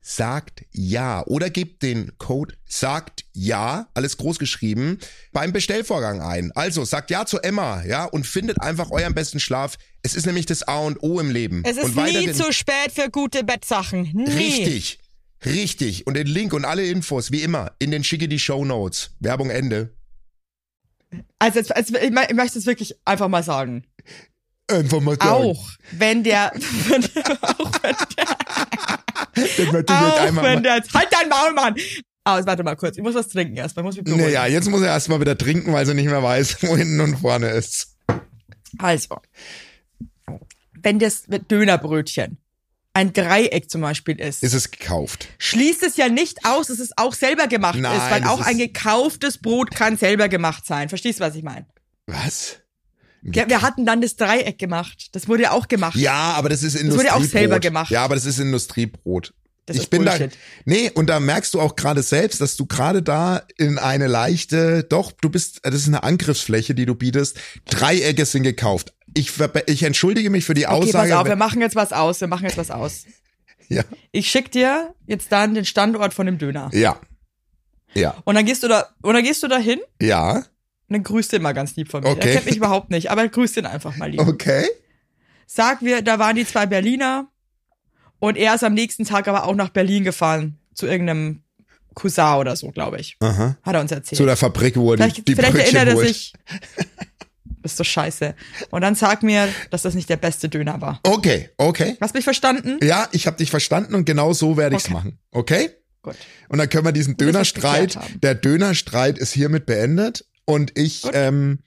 S3: sagt ja oder gebt den Code sagt ja, alles groß geschrieben, beim Bestellvorgang ein. Also sagt ja zu Emma, ja, und findet einfach euren besten Schlaf. Es ist nämlich das A und O im Leben.
S2: Es ist
S3: und
S2: nie
S3: weiterhin-
S2: zu spät für gute Bettsachen. Nie.
S3: Richtig. Richtig. Und den Link und alle Infos, wie immer, in den schicke die Show Notes. Werbung Ende.
S2: Also jetzt, jetzt, ich, mö- ich möchte es wirklich einfach mal sagen.
S3: Einfach mal
S2: Auch wenn der, wenn, auch wenn
S3: Ich möchte jetzt
S2: Auch
S3: einmal
S2: wenn
S3: mal-
S2: der jetzt, halt dein Maul, Mann! Aber warte mal kurz, ich muss was trinken erstmal, ich muss mich beruhigen.
S3: Naja, jetzt muss er erstmal wieder trinken, weil er nicht mehr weiß, wo hinten und vorne ist.
S2: Also, wenn das Dönerbrötchen ein Dreieck zum Beispiel ist,
S3: Ist es gekauft.
S2: schließt es ja nicht aus, dass es auch selber gemacht
S3: Nein,
S2: ist, weil
S3: das
S2: auch
S3: ist-
S2: ein gekauftes Brot kann selber gemacht sein. Verstehst du, was ich meine?
S3: Was?
S2: Ja, wir hatten dann das Dreieck gemacht. Das wurde ja auch gemacht.
S3: Ja, aber das ist Industriebrot.
S2: wurde ja auch selber gemacht.
S3: Ja, aber das ist Industriebrot.
S2: Das
S3: ich
S2: ist
S3: bin da.
S2: Bullshit.
S3: Nee, und da merkst du auch gerade selbst, dass du gerade da in eine leichte, doch, du bist, das ist eine Angriffsfläche, die du bietest. Dreiecke sind gekauft. Ich, verbe- ich entschuldige mich für die
S2: Okay,
S3: Aussage.
S2: pass auf, wir machen jetzt was aus, wir machen jetzt was aus.
S3: ja.
S2: Ich schick dir jetzt dann den Standort von dem Döner.
S3: Ja. Ja.
S2: Und dann gehst du da, und dann gehst du da hin
S3: Ja.
S2: und dann grüßt den mal ganz lieb von mir.
S3: Okay.
S2: Er kennt mich überhaupt nicht, aber grüßt den einfach mal lieb.
S3: Okay.
S2: Sag wir, da waren die zwei Berliner und er ist am nächsten Tag aber auch nach Berlin gefahren zu irgendeinem Cousin oder so, glaube ich.
S3: Aha.
S2: Hat er uns erzählt.
S3: Zu der Fabrik, wo er die,
S2: vielleicht
S3: die
S2: vielleicht
S3: Brötchen
S2: erinnert er
S3: holt.
S2: sich. Bist so scheiße. Und dann sag mir, dass das nicht der beste Döner war.
S3: Okay, okay.
S2: Hast mich verstanden?
S3: Ja, ich habe dich verstanden und genau so werde ich's
S2: Okay.
S3: machen. Okay?
S2: Gut.
S3: Und dann können wir diesen
S2: wir es geklärt
S3: Dönerstreit,
S2: haben.
S3: der Dönerstreit ist hiermit beendet und ich ähm,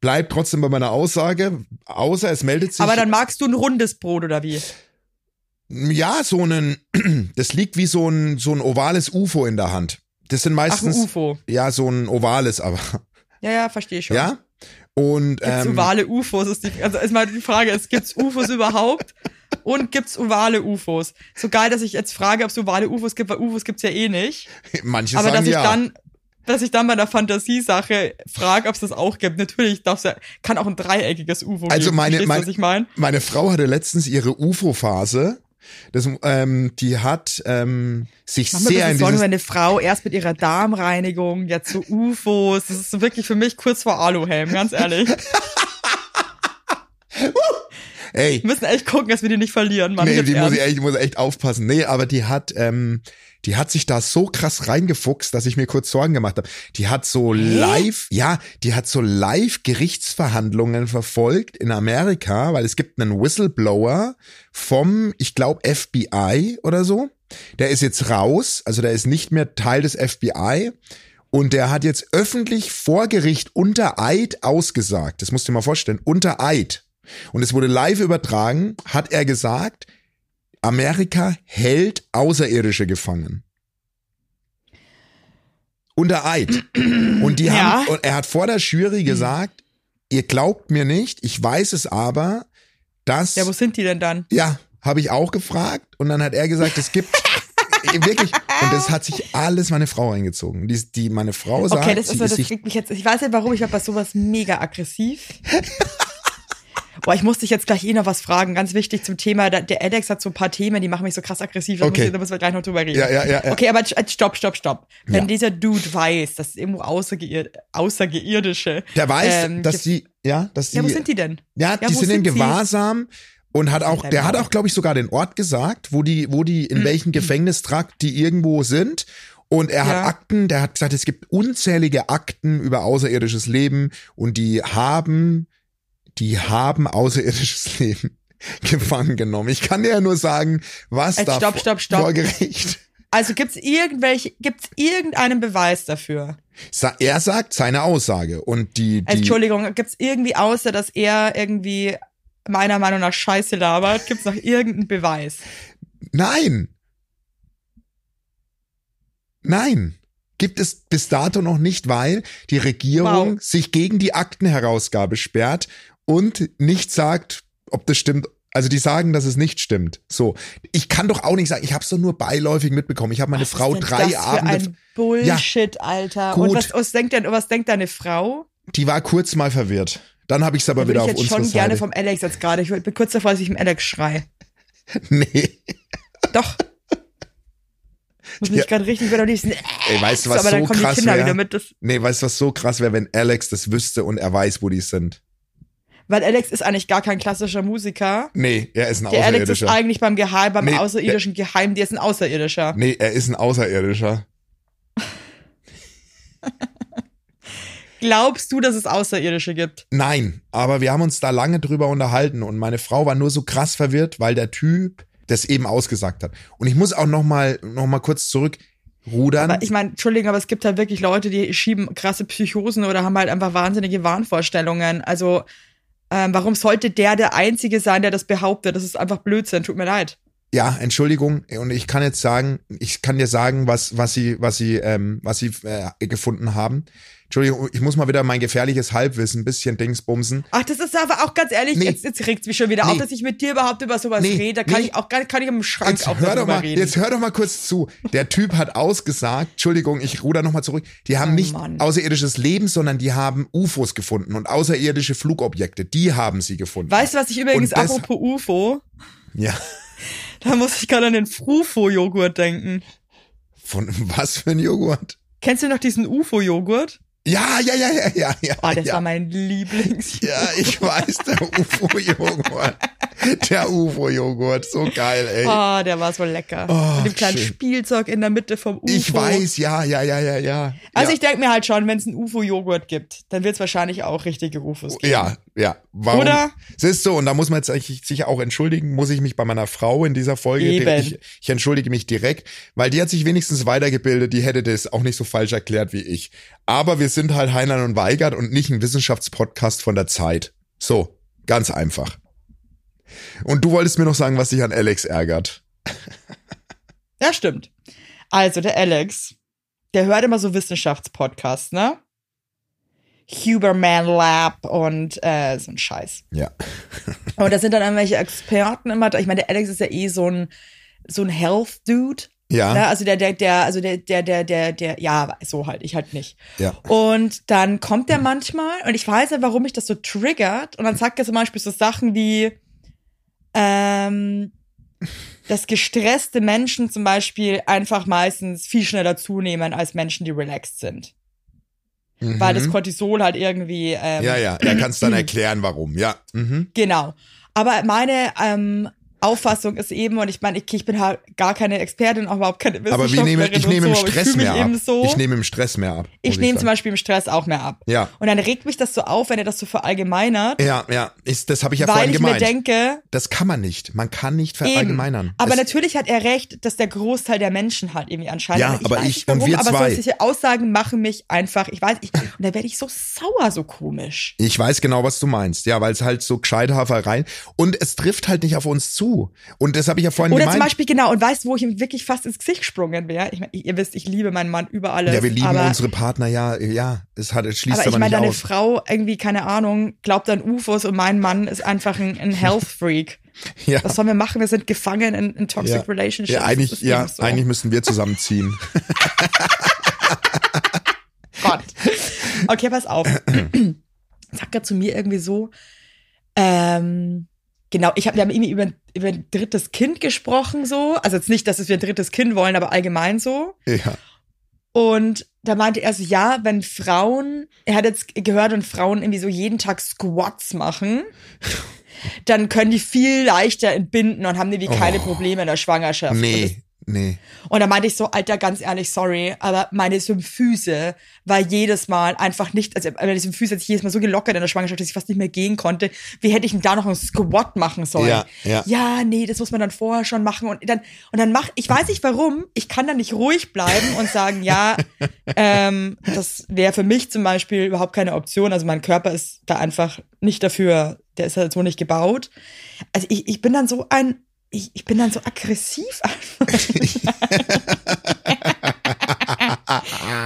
S3: bleib trotzdem bei meiner Aussage, außer es meldet sich
S2: Aber dann magst du ein rundes Brot oder wie?
S3: ja so einen das liegt wie so ein so ein ovales UFO in der Hand. Das sind
S2: Ach, ein
S3: meistens
S2: UFO.
S3: ja so ein ovales aber,
S2: Ja, ja, verstehe schon.
S3: ja? Und
S2: Gibt's
S3: ähm,
S2: ovale UFOs? Ist die, also ist mal die Frage, ist, gibt's UFOs überhaupt? Und gibt's ovale UFOs? So geil, dass ich jetzt frage, ob es ovale UFOs gibt, weil UFOs gibt's ja eh nicht.
S3: manche
S2: Aber
S3: sagen
S2: dass ich
S3: ja.
S2: dann dass ich dann bei der Fantasiesache frage, ob es das auch gibt. Natürlich darf's ja, kann auch ein dreieckiges UFO
S3: Also
S2: geben.
S3: meine-
S2: Verstehst du,
S3: mein-
S2: was ich meine?
S3: Meine Frau hatte letztens ihre UFO-Phase. Das, ähm, die hat ähm, sich
S2: Mach mir
S3: sehr
S2: ein
S3: in
S2: bisschen Sorgen,
S3: dieses
S2: wenn eine Frau erst mit ihrer Darmreinigung, jetzt zu UFOs. Das ist wirklich für mich kurz vor Aluhelm, ganz ehrlich. Wir
S3: Ey,
S2: müssen echt gucken, dass wir die nicht verlieren, Mann.
S3: nee,
S2: Jetzt
S3: die muss
S2: ernst.
S3: ich echt, die muss ich echt aufpassen. Nee, aber die hat, ähm, die hat sich da so krass reingefuchst, dass ich mir kurz Sorgen gemacht habe. Die hat so live, ja, die hat so live Gerichtsverhandlungen verfolgt in Amerika, weil es gibt einen Whistleblower vom, ich glaube, FBI oder so. Der ist jetzt raus, also der ist nicht mehr Teil des FBI. Und der hat jetzt öffentlich vor Gericht unter Eid ausgesagt. Das musst du dir mal vorstellen. Unter Eid. Und es wurde live übertragen, hat er gesagt, Amerika hält Außerirdische gefangen. Unter Eid. Und die haben, und er hat vor der Jury gesagt, ihr glaubt mir nicht, ich weiß es aber, dass,
S2: Ja, wo sind die denn dann?
S3: ja, habe ich auch gefragt. Und dann hat er gesagt, es gibt, wirklich, und das hat sich alles meine Frau eingezogen. Die, die, meine Frau sagt,
S2: Okay, das ist
S3: sie
S2: so, das
S3: Also halt, ist sich
S2: kriegt mich jetzt. Ich weiß nicht warum, ich war bei sowas mega aggressiv. Boah, ich muss dich jetzt gleich eh noch was fragen. Ganz wichtig zum Thema. Da- Der Alex hat so ein paar Themen, die machen mich so krass aggressiv. Da,
S3: Okay.
S2: muss ich, da müssen wir gleich noch drüber reden.
S3: Ja, ja, ja, ja.
S2: Okay, aber st- stopp, stopp, stopp. Wenn
S3: Ja.
S2: dieser Dude weiß, dass irgendwo außergeir außergeirdische.
S3: Der weiß,
S2: ähm,
S3: dass
S2: ge-
S3: die, ja, dass die,
S2: Ja, wo sind die denn?
S3: Ja, die
S2: wo
S3: sind in
S2: sie?
S3: Gewahrsam und hat auch, der hat auch, glaube ich, sogar den Ort gesagt, wo die, wo die, in
S2: Mhm.
S3: welchem Gefängnistrakt die irgendwo sind. Und er hat
S2: Ja.
S3: Akten, der hat gesagt, es gibt unzählige Akten über außerirdisches Leben und die haben, die haben außerirdisches Leben gefangen genommen. Ich kann dir ja nur sagen, was
S2: Ey,
S3: da
S2: Äh, stopp,
S3: vor-
S2: stopp, stopp.
S3: vor Gericht.
S2: Also gibt's irgendwelche, gibt's irgendeinen Beweis dafür? Also
S3: Sa- Er sagt seine Aussage und die,
S2: Äh,
S3: die
S2: Entschuldigung, gibt's irgendwie außer, dass er irgendwie meiner Meinung nach Scheiße labert, gibt's noch irgendeinen Beweis?
S3: Nein. Nein. Gibt es bis dato noch nicht, weil die Regierung sich gegen die Aktenherausgabe sperrt und nicht sagt, ob das stimmt. Also die sagen, dass es nicht stimmt. So, ich kann doch auch nicht sagen, ich habe es doch nur beiläufig mitbekommen. Ich habe meine
S2: Was
S3: Frau
S2: ist denn
S3: drei
S2: das
S3: Abende,
S2: Für ein Bullshit, Alter. Und
S3: Gut.
S2: was, was, denkt denn, was denkt deine Frau?
S3: die war kurz mal verwirrt. Dann habe ich es aber
S2: Würde
S3: wieder
S2: ich
S3: auf
S2: jetzt
S3: unsere
S2: schon gerne
S3: Seite.
S2: vom Alex jetzt gerade. Ich bin kurz davor, dass ich im Alex schrei.
S3: Nee.
S2: Doch. Muss mich
S3: Ja.
S2: gerade richtig wieder am liebsten.
S3: Ey, weißt du, was
S2: aber dann
S3: so
S2: kommen die
S3: krass
S2: Kinder wieder
S3: wäre?
S2: mit. Das,
S3: Nee, weißt du, was so krass wäre, wenn Alex das wüsste und er weiß, wo die sind?
S2: weil Alex ist eigentlich gar kein klassischer Musiker.
S3: Nee, er ist ein
S2: Der Alex ist
S3: Außerirdischer.
S2: eigentlich beim Geheim, beim
S3: Nee,
S2: außerirdischen Geheim, der ist ein Außerirdischer.
S3: Nee, er ist ein Außerirdischer.
S2: Glaubst du, dass es Außerirdische gibt?
S3: Nein, aber wir haben uns da lange drüber unterhalten und meine Frau war nur so krass verwirrt, weil der Typ das eben ausgesagt hat. Und ich muss auch noch mal, noch mal kurz zurückrudern.
S2: Aber ich meine, Entschuldigung, aber es gibt halt wirklich Leute, die schieben krasse Psychosen oder haben halt einfach wahnsinnige Wahnvorstellungen. Also, ähm, warum sollte der der Einzige sein, der das behauptet? Das ist einfach Blödsinn, tut mir leid.
S3: ja, Entschuldigung. Und ich kann jetzt sagen, ich kann dir sagen, was, was sie, was sie, ähm, was sie äh, gefunden haben. Entschuldigung, ich muss mal wieder mein gefährliches Halbwissen ein bisschen Dingsbumsen.
S2: Ach, das ist aber auch ganz ehrlich,
S3: Nee.
S2: jetzt, jetzt regt mich schon wieder
S3: Nee.
S2: auf, dass ich mit dir überhaupt über sowas
S3: Nee,
S2: rede. Da kann
S3: nee.
S2: ich auch gar- kann ich im Schrank
S3: Jetzt
S2: auch
S3: hör, doch
S2: darüber
S3: mal,
S2: reden.
S3: jetzt hör doch mal kurz zu. Der Typ hat ausgesagt, Entschuldigung, ich ruder nochmal zurück, die haben
S2: Oh
S3: nicht
S2: Mann.
S3: außerirdisches Leben, sondern die haben UFOs gefunden und außerirdische Flugobjekte, die haben sie gefunden.
S2: Weißt du, was ich übrigens,
S3: Und das-
S2: apropos UFO,
S3: Ja,
S2: da muss ich gerade an den Frufo-Joghurt denken.
S3: von was für ein Joghurt?
S2: Kennst du noch diesen UFO-Joghurt?
S3: Ja, ja, ja, ja, ja, ja.
S2: Ah, das
S3: ja.
S2: war mein Lieblings.
S3: ja, ich weiß, der UFO-Joghurt. Der UFO-Joghurt, so geil, ey.
S2: Ah, der war so lecker.
S3: Oh,
S2: Mit dem kleinen
S3: schön.
S2: Spielzeug in der Mitte vom UFO.
S3: Ich weiß, ja, ja, ja, ja, ja.
S2: Also
S3: ja.
S2: ich denke mir halt schon, wenn es einen UFO-Joghurt gibt, dann wird es wahrscheinlich auch richtige UFOs geben.
S3: Ja, ja. Warum?
S2: Oder?
S3: Siehst du, und da muss man jetzt eigentlich sich auch entschuldigen, muss ich mich bei meiner Frau in dieser Folge,
S2: Eben.
S3: ich, ich entschuldige mich direkt, weil die hat sich wenigstens weitergebildet, die hätte das auch nicht so falsch erklärt wie ich. Aber wir sind halt Heinlein und Weigert und nicht ein Wissenschaftspodcast von der Zeit. So, ganz einfach. Und du wolltest mir noch sagen, was dich an Alex ärgert.
S2: Ja, stimmt. Also, der Alex, der hört immer so Wissenschaftspodcasts, ne? Huberman Lab und äh, so ein Scheiß.
S3: Ja.
S2: Und da sind dann irgendwelche Experten immer da. Ich meine, der Alex ist ja eh so ein, so ein Health-Dude.
S3: Ja.
S2: Ne? Also der, der, der, also der, der, der, der, der, ja, so halt, ich halt nicht.
S3: Ja.
S2: Und dann kommt der manchmal und ich weiß ja, warum mich das so triggert. Und dann sagt er zum Beispiel so Sachen wie, ähm, dass gestresste Menschen zum Beispiel einfach meistens viel schneller zunehmen als Menschen, die relaxed sind. Weil das Cortisol halt irgendwie ähm,
S3: Mhm. Ja, ja, er kann es dann erklären, warum. Ja, mhm.
S2: Genau. Aber meine ähm, Auffassung ist eben, und ich meine, ich, ich bin halt gar keine Expertin, auch überhaupt keine
S3: aber
S2: Wissenschaftlerin.
S3: wir nehmen, ich
S2: und
S3: nehme im
S2: so, aber ich
S3: Stress
S2: fühle mich
S3: mehr ab.
S2: Eben so.
S3: Ich nehme im Stress mehr ab. muss
S2: Ich nehme zum
S3: sagen.
S2: Beispiel im Stress auch mehr ab.
S3: Ja.
S2: Und dann regt mich das so auf, wenn er das so verallgemeinert,
S3: Ja, ja, ist, das habe ich ja
S2: weil
S3: vorhin
S2: ich
S3: gemeint.
S2: mir denke,
S3: das kann man nicht. Man kann nicht
S2: eben.
S3: verallgemeinern.
S2: Aber
S3: Es-
S2: natürlich hat er recht, dass der Großteil der Menschen halt irgendwie anscheinend.
S3: Ja, aber
S2: weiß
S3: ich-
S2: nicht
S3: und wir
S2: aber
S3: zwei.
S2: solche Aussagen machen mich einfach, ich weiß, ich, und da werde ich so sauer, so komisch.
S3: Ich weiß genau, was du meinst. Ja, weil es halt so gescheite Hafereien und es trifft halt nicht auf uns zu. Und das habe ich ja vorhin
S2: Oder
S3: gemeint.
S2: zum Beispiel, genau, und weißt du, wo ich ihm wirklich fast ins Gesicht gesprungen wäre? Ich meine, ihr wisst, ich liebe meinen Mann über alles.
S3: ja, wir lieben
S2: aber,
S3: unsere Partner, ja, ja. Es hat, es schließt
S2: Aber
S3: aber,
S2: ich meine,
S3: nicht
S2: deine
S3: aus.
S2: Frau, irgendwie, keine Ahnung, glaubt an UFOs und mein Mann ist einfach ein, ein Health Freak.
S3: ja.
S2: Was sollen wir machen? Wir sind gefangen in, in Toxic
S3: ja.
S2: Relationships.
S3: Ja, eigentlich,
S2: Das ist
S3: ja,
S2: eben so.
S3: eigentlich müssen wir zusammenziehen.
S2: Gott. Okay, pass auf. Sagt er zu mir irgendwie so, ähm, genau, ich habe, wir haben irgendwie über, über ein drittes Kind gesprochen, so. Also jetzt nicht, dass wir ein drittes Kind wollen, aber allgemein so.
S3: ja.
S2: Und da meinte er so, ja, wenn Frauen, er hat jetzt gehört, wenn Frauen irgendwie so jeden Tag Squats machen, dann können die viel leichter entbinden und haben irgendwie keine Probleme in der Schwangerschaft. Und,
S3: Oh. Nee, nee.
S2: das, und da meinte ich so, Alter, ganz ehrlich, sorry, aber meine Symphyse war jedes Mal einfach nicht, also meine Symphyse hat sich jedes Mal so gelockert in der Schwangerschaft, dass ich fast nicht mehr gehen konnte. Wie hätte ich denn da noch einen Squat machen sollen?
S3: Ja, ja.
S2: ja, nee, das muss man dann vorher schon machen und dann und dann mach ich weiß nicht warum, ich kann dann nicht ruhig bleiben und sagen, ja, ähm, das wäre für mich zum Beispiel überhaupt keine Option. Also mein Körper ist da einfach nicht dafür, der ist halt so nicht gebaut. Also ich, ich bin dann so ein, ich, ich bin dann so aggressiv.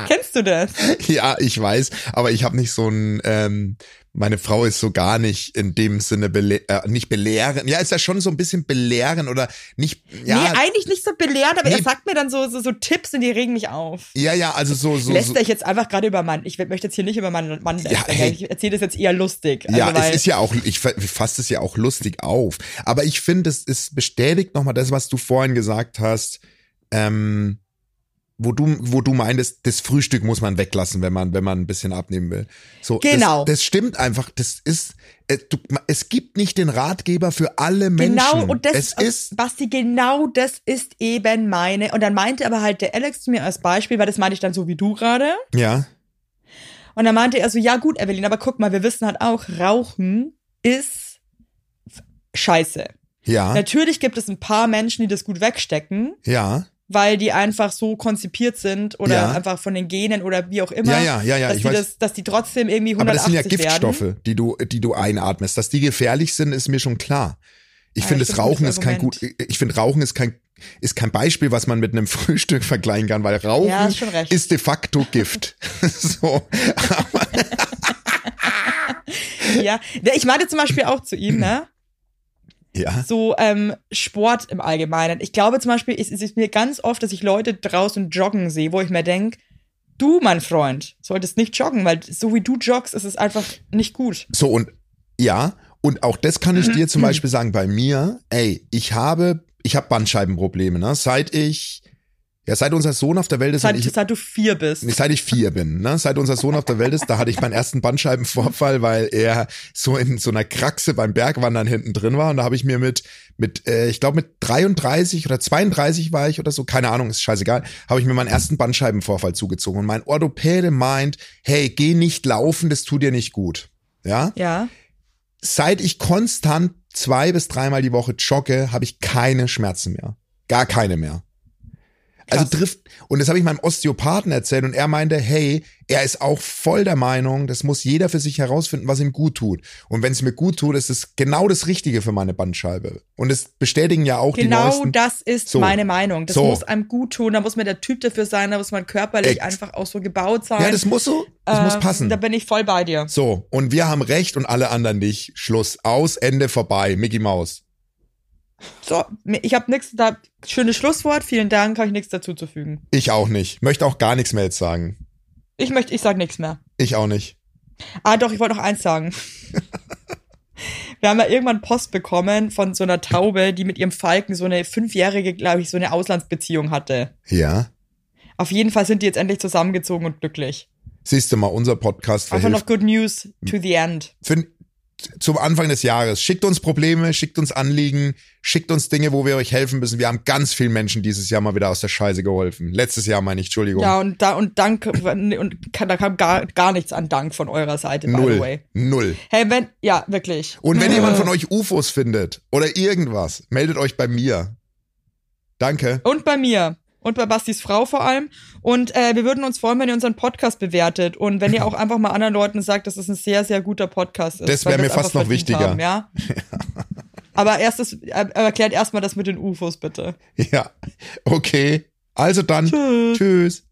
S2: Kennst du das?
S3: Ja, ich weiß, aber ich habe nicht so ein, ähm, meine Frau ist so gar nicht in dem Sinne bele äh, nicht belehren. Ja, ist ja schon so ein bisschen belehren oder nicht. Ja,
S2: nee, eigentlich nicht so belehrt, aber
S3: Nee.
S2: er sagt mir dann so, so, so Tipps und die regen mich auf.
S3: ja, ja, also so, so, so
S2: lässt ich jetzt einfach gerade über Mann. Ich möchte jetzt hier nicht über meinen Mann lästern.
S3: hey.
S2: Ich erzähle das jetzt eher lustig. Also
S3: Ja,
S2: weil,
S3: es ist ja auch, ich fa- ich fasse es ja auch lustig auf. Aber ich finde, es, es bestätigt nochmal das, was du vorhin gesagt hast, ähm, wo du, wo du meintest, das Frühstück muss man weglassen, wenn man, wenn man ein bisschen abnehmen will. So,
S2: Genau.
S3: Das, das stimmt einfach. Das ist, äh, du, ma- es gibt nicht den Ratgeber für alle Menschen.
S2: Genau, und das
S3: es ist,
S2: Basti, genau das ist eben meine. Und dann meinte aber halt der Alex zu mir als Beispiel, weil das meinte ich dann so wie du gerade.
S3: ja,
S2: Und dann meinte er so, ja gut, Evelyn, aber guck mal, wir wissen halt auch, Rauchen ist f- scheiße.
S3: ja,
S2: Natürlich gibt es ein paar Menschen, die das gut wegstecken,
S3: ja.
S2: weil die einfach so konzipiert sind oder
S3: Ja.
S2: einfach von den Genen oder wie auch immer,
S3: Ja, ja, ja, ja,
S2: dass,
S3: ich
S2: die
S3: weiß.
S2: das, dass die trotzdem irgendwie 180
S3: Aber das sind ja
S2: werden.
S3: Giftstoffe, die du, die du einatmest. Dass die gefährlich sind, ist mir schon klar. Ich
S2: Ah,
S3: finde,
S2: ich
S3: das
S2: find's ein
S3: Rauchen
S2: gutes
S3: ist kein gut,
S2: Argument.
S3: ich finde, Rauchen ist kein, ist kein Beispiel, was man mit einem Frühstück vergleichen kann, weil Rauchen
S2: Ja, hast schon recht.
S3: ist de facto Gift. so.
S2: Ja, ich meinte zum Beispiel auch zu ihm, ne?
S3: Ja.
S2: So ähm, Sport im Allgemeinen. Ich glaube zum Beispiel, es es ist mir ganz oft, dass ich Leute draußen joggen sehe, wo ich mir denke, du, mein Freund, solltest nicht joggen, weil so wie du joggst, ist es einfach nicht gut.
S3: So und ja, und auch das kann
S2: Mhm.
S3: ich dir zum Beispiel sagen, bei mir, ey, ich habe, ich habe Bandscheibenprobleme, ne? Seit ich, ja, seit unser Sohn auf der Welt ist
S2: Seit,
S3: und ich,
S2: seit du vier bist.
S3: Nee, Seit ich vier bin, ne? Seit unser Sohn auf der Welt ist, da hatte ich meinen ersten Bandscheibenvorfall, weil er so in so einer Kraxe beim Bergwandern hinten drin war. Und da habe ich mir mit, mit, äh, ich glaube mit 33 oder 32 war ich oder so, keine Ahnung, ist scheißegal, habe ich mir meinen ersten Bandscheibenvorfall zugezogen. Und mein Orthopäde meint, hey, geh nicht laufen, das tut dir nicht gut. Ja?
S2: Ja.
S3: Seit ich konstant zwei bis dreimal die Woche jogge, habe ich keine Schmerzen mehr. Gar keine mehr. Also trifft, und das habe ich meinem Osteopathen erzählt und er meinte, hey, er ist auch voll der Meinung, das muss jeder für sich herausfinden, was ihm gut tut. Und wenn es mir gut tut, ist es genau das Richtige für meine Bandscheibe. Und das bestätigen ja auch die
S2: Genau
S3: neuesten.
S2: das ist
S3: So.
S2: meine Meinung. Das
S3: So.
S2: muss einem gut tun, da muss man der Typ dafür sein, da muss man körperlich
S3: Ex-
S2: einfach auch so gebaut sein.
S3: ja, das muss so, das muss
S2: Ähm,
S3: passen.
S2: Da bin ich voll bei dir.
S3: So, und wir haben recht und alle anderen nicht. Schluss, aus, Ende, vorbei, Mickey Maus.
S2: So, ich habe nichts da. Schönes Schlusswort. Vielen Dank. Habe ich nichts dazu zu fügen.
S3: Ich auch nicht. Möchte auch gar nichts mehr jetzt sagen.
S2: Ich möchte, ich sage nichts mehr.
S3: Ich auch nicht.
S2: Ah, doch, ich wollte noch eins sagen. Wir haben ja irgendwann Post bekommen von so einer Taube, die mit ihrem Falken so eine fünfjährige, glaube ich, so eine Auslandsbeziehung hatte.
S3: Ja.
S2: Auf jeden Fall sind die jetzt endlich zusammengezogen und glücklich.
S3: Siehst du mal, unser Podcast
S2: Einfach
S3: verhilft.
S2: noch Good
S3: Hm.
S2: News to the End.
S3: Für, zum Anfang des Jahres. Schickt uns Probleme, schickt uns Anliegen, schickt uns Dinge, wo wir euch helfen müssen. Wir haben ganz vielen Menschen dieses Jahr mal wieder aus der Scheiße geholfen. Letztes Jahr meine ich, Entschuldigung.
S2: Ja, und da und Dank und da kam gar, gar nichts an Dank von eurer Seite, by the
S3: Null.
S2: way.
S3: Null.
S2: Hey, wenn, ja, wirklich.
S3: Und wenn jemand von euch UFOs findet oder irgendwas, meldet euch bei mir. Danke.
S2: Und bei mir. Und bei Bastis Frau vor allem. Und äh, wir würden uns freuen, wenn ihr unseren Podcast bewertet. Und wenn ihr auch einfach mal anderen Leuten sagt, dass es ein sehr, sehr guter Podcast ist.
S3: Das
S2: weil
S3: wär
S2: wir
S3: mir
S2: es
S3: fast
S2: einfach
S3: noch
S2: verdient
S3: wichtiger.
S2: Haben, ja? Aber erstes, äh, erklärt erstmal das mit den UFOs, bitte.
S3: Ja. Okay. Also dann. Tschüss.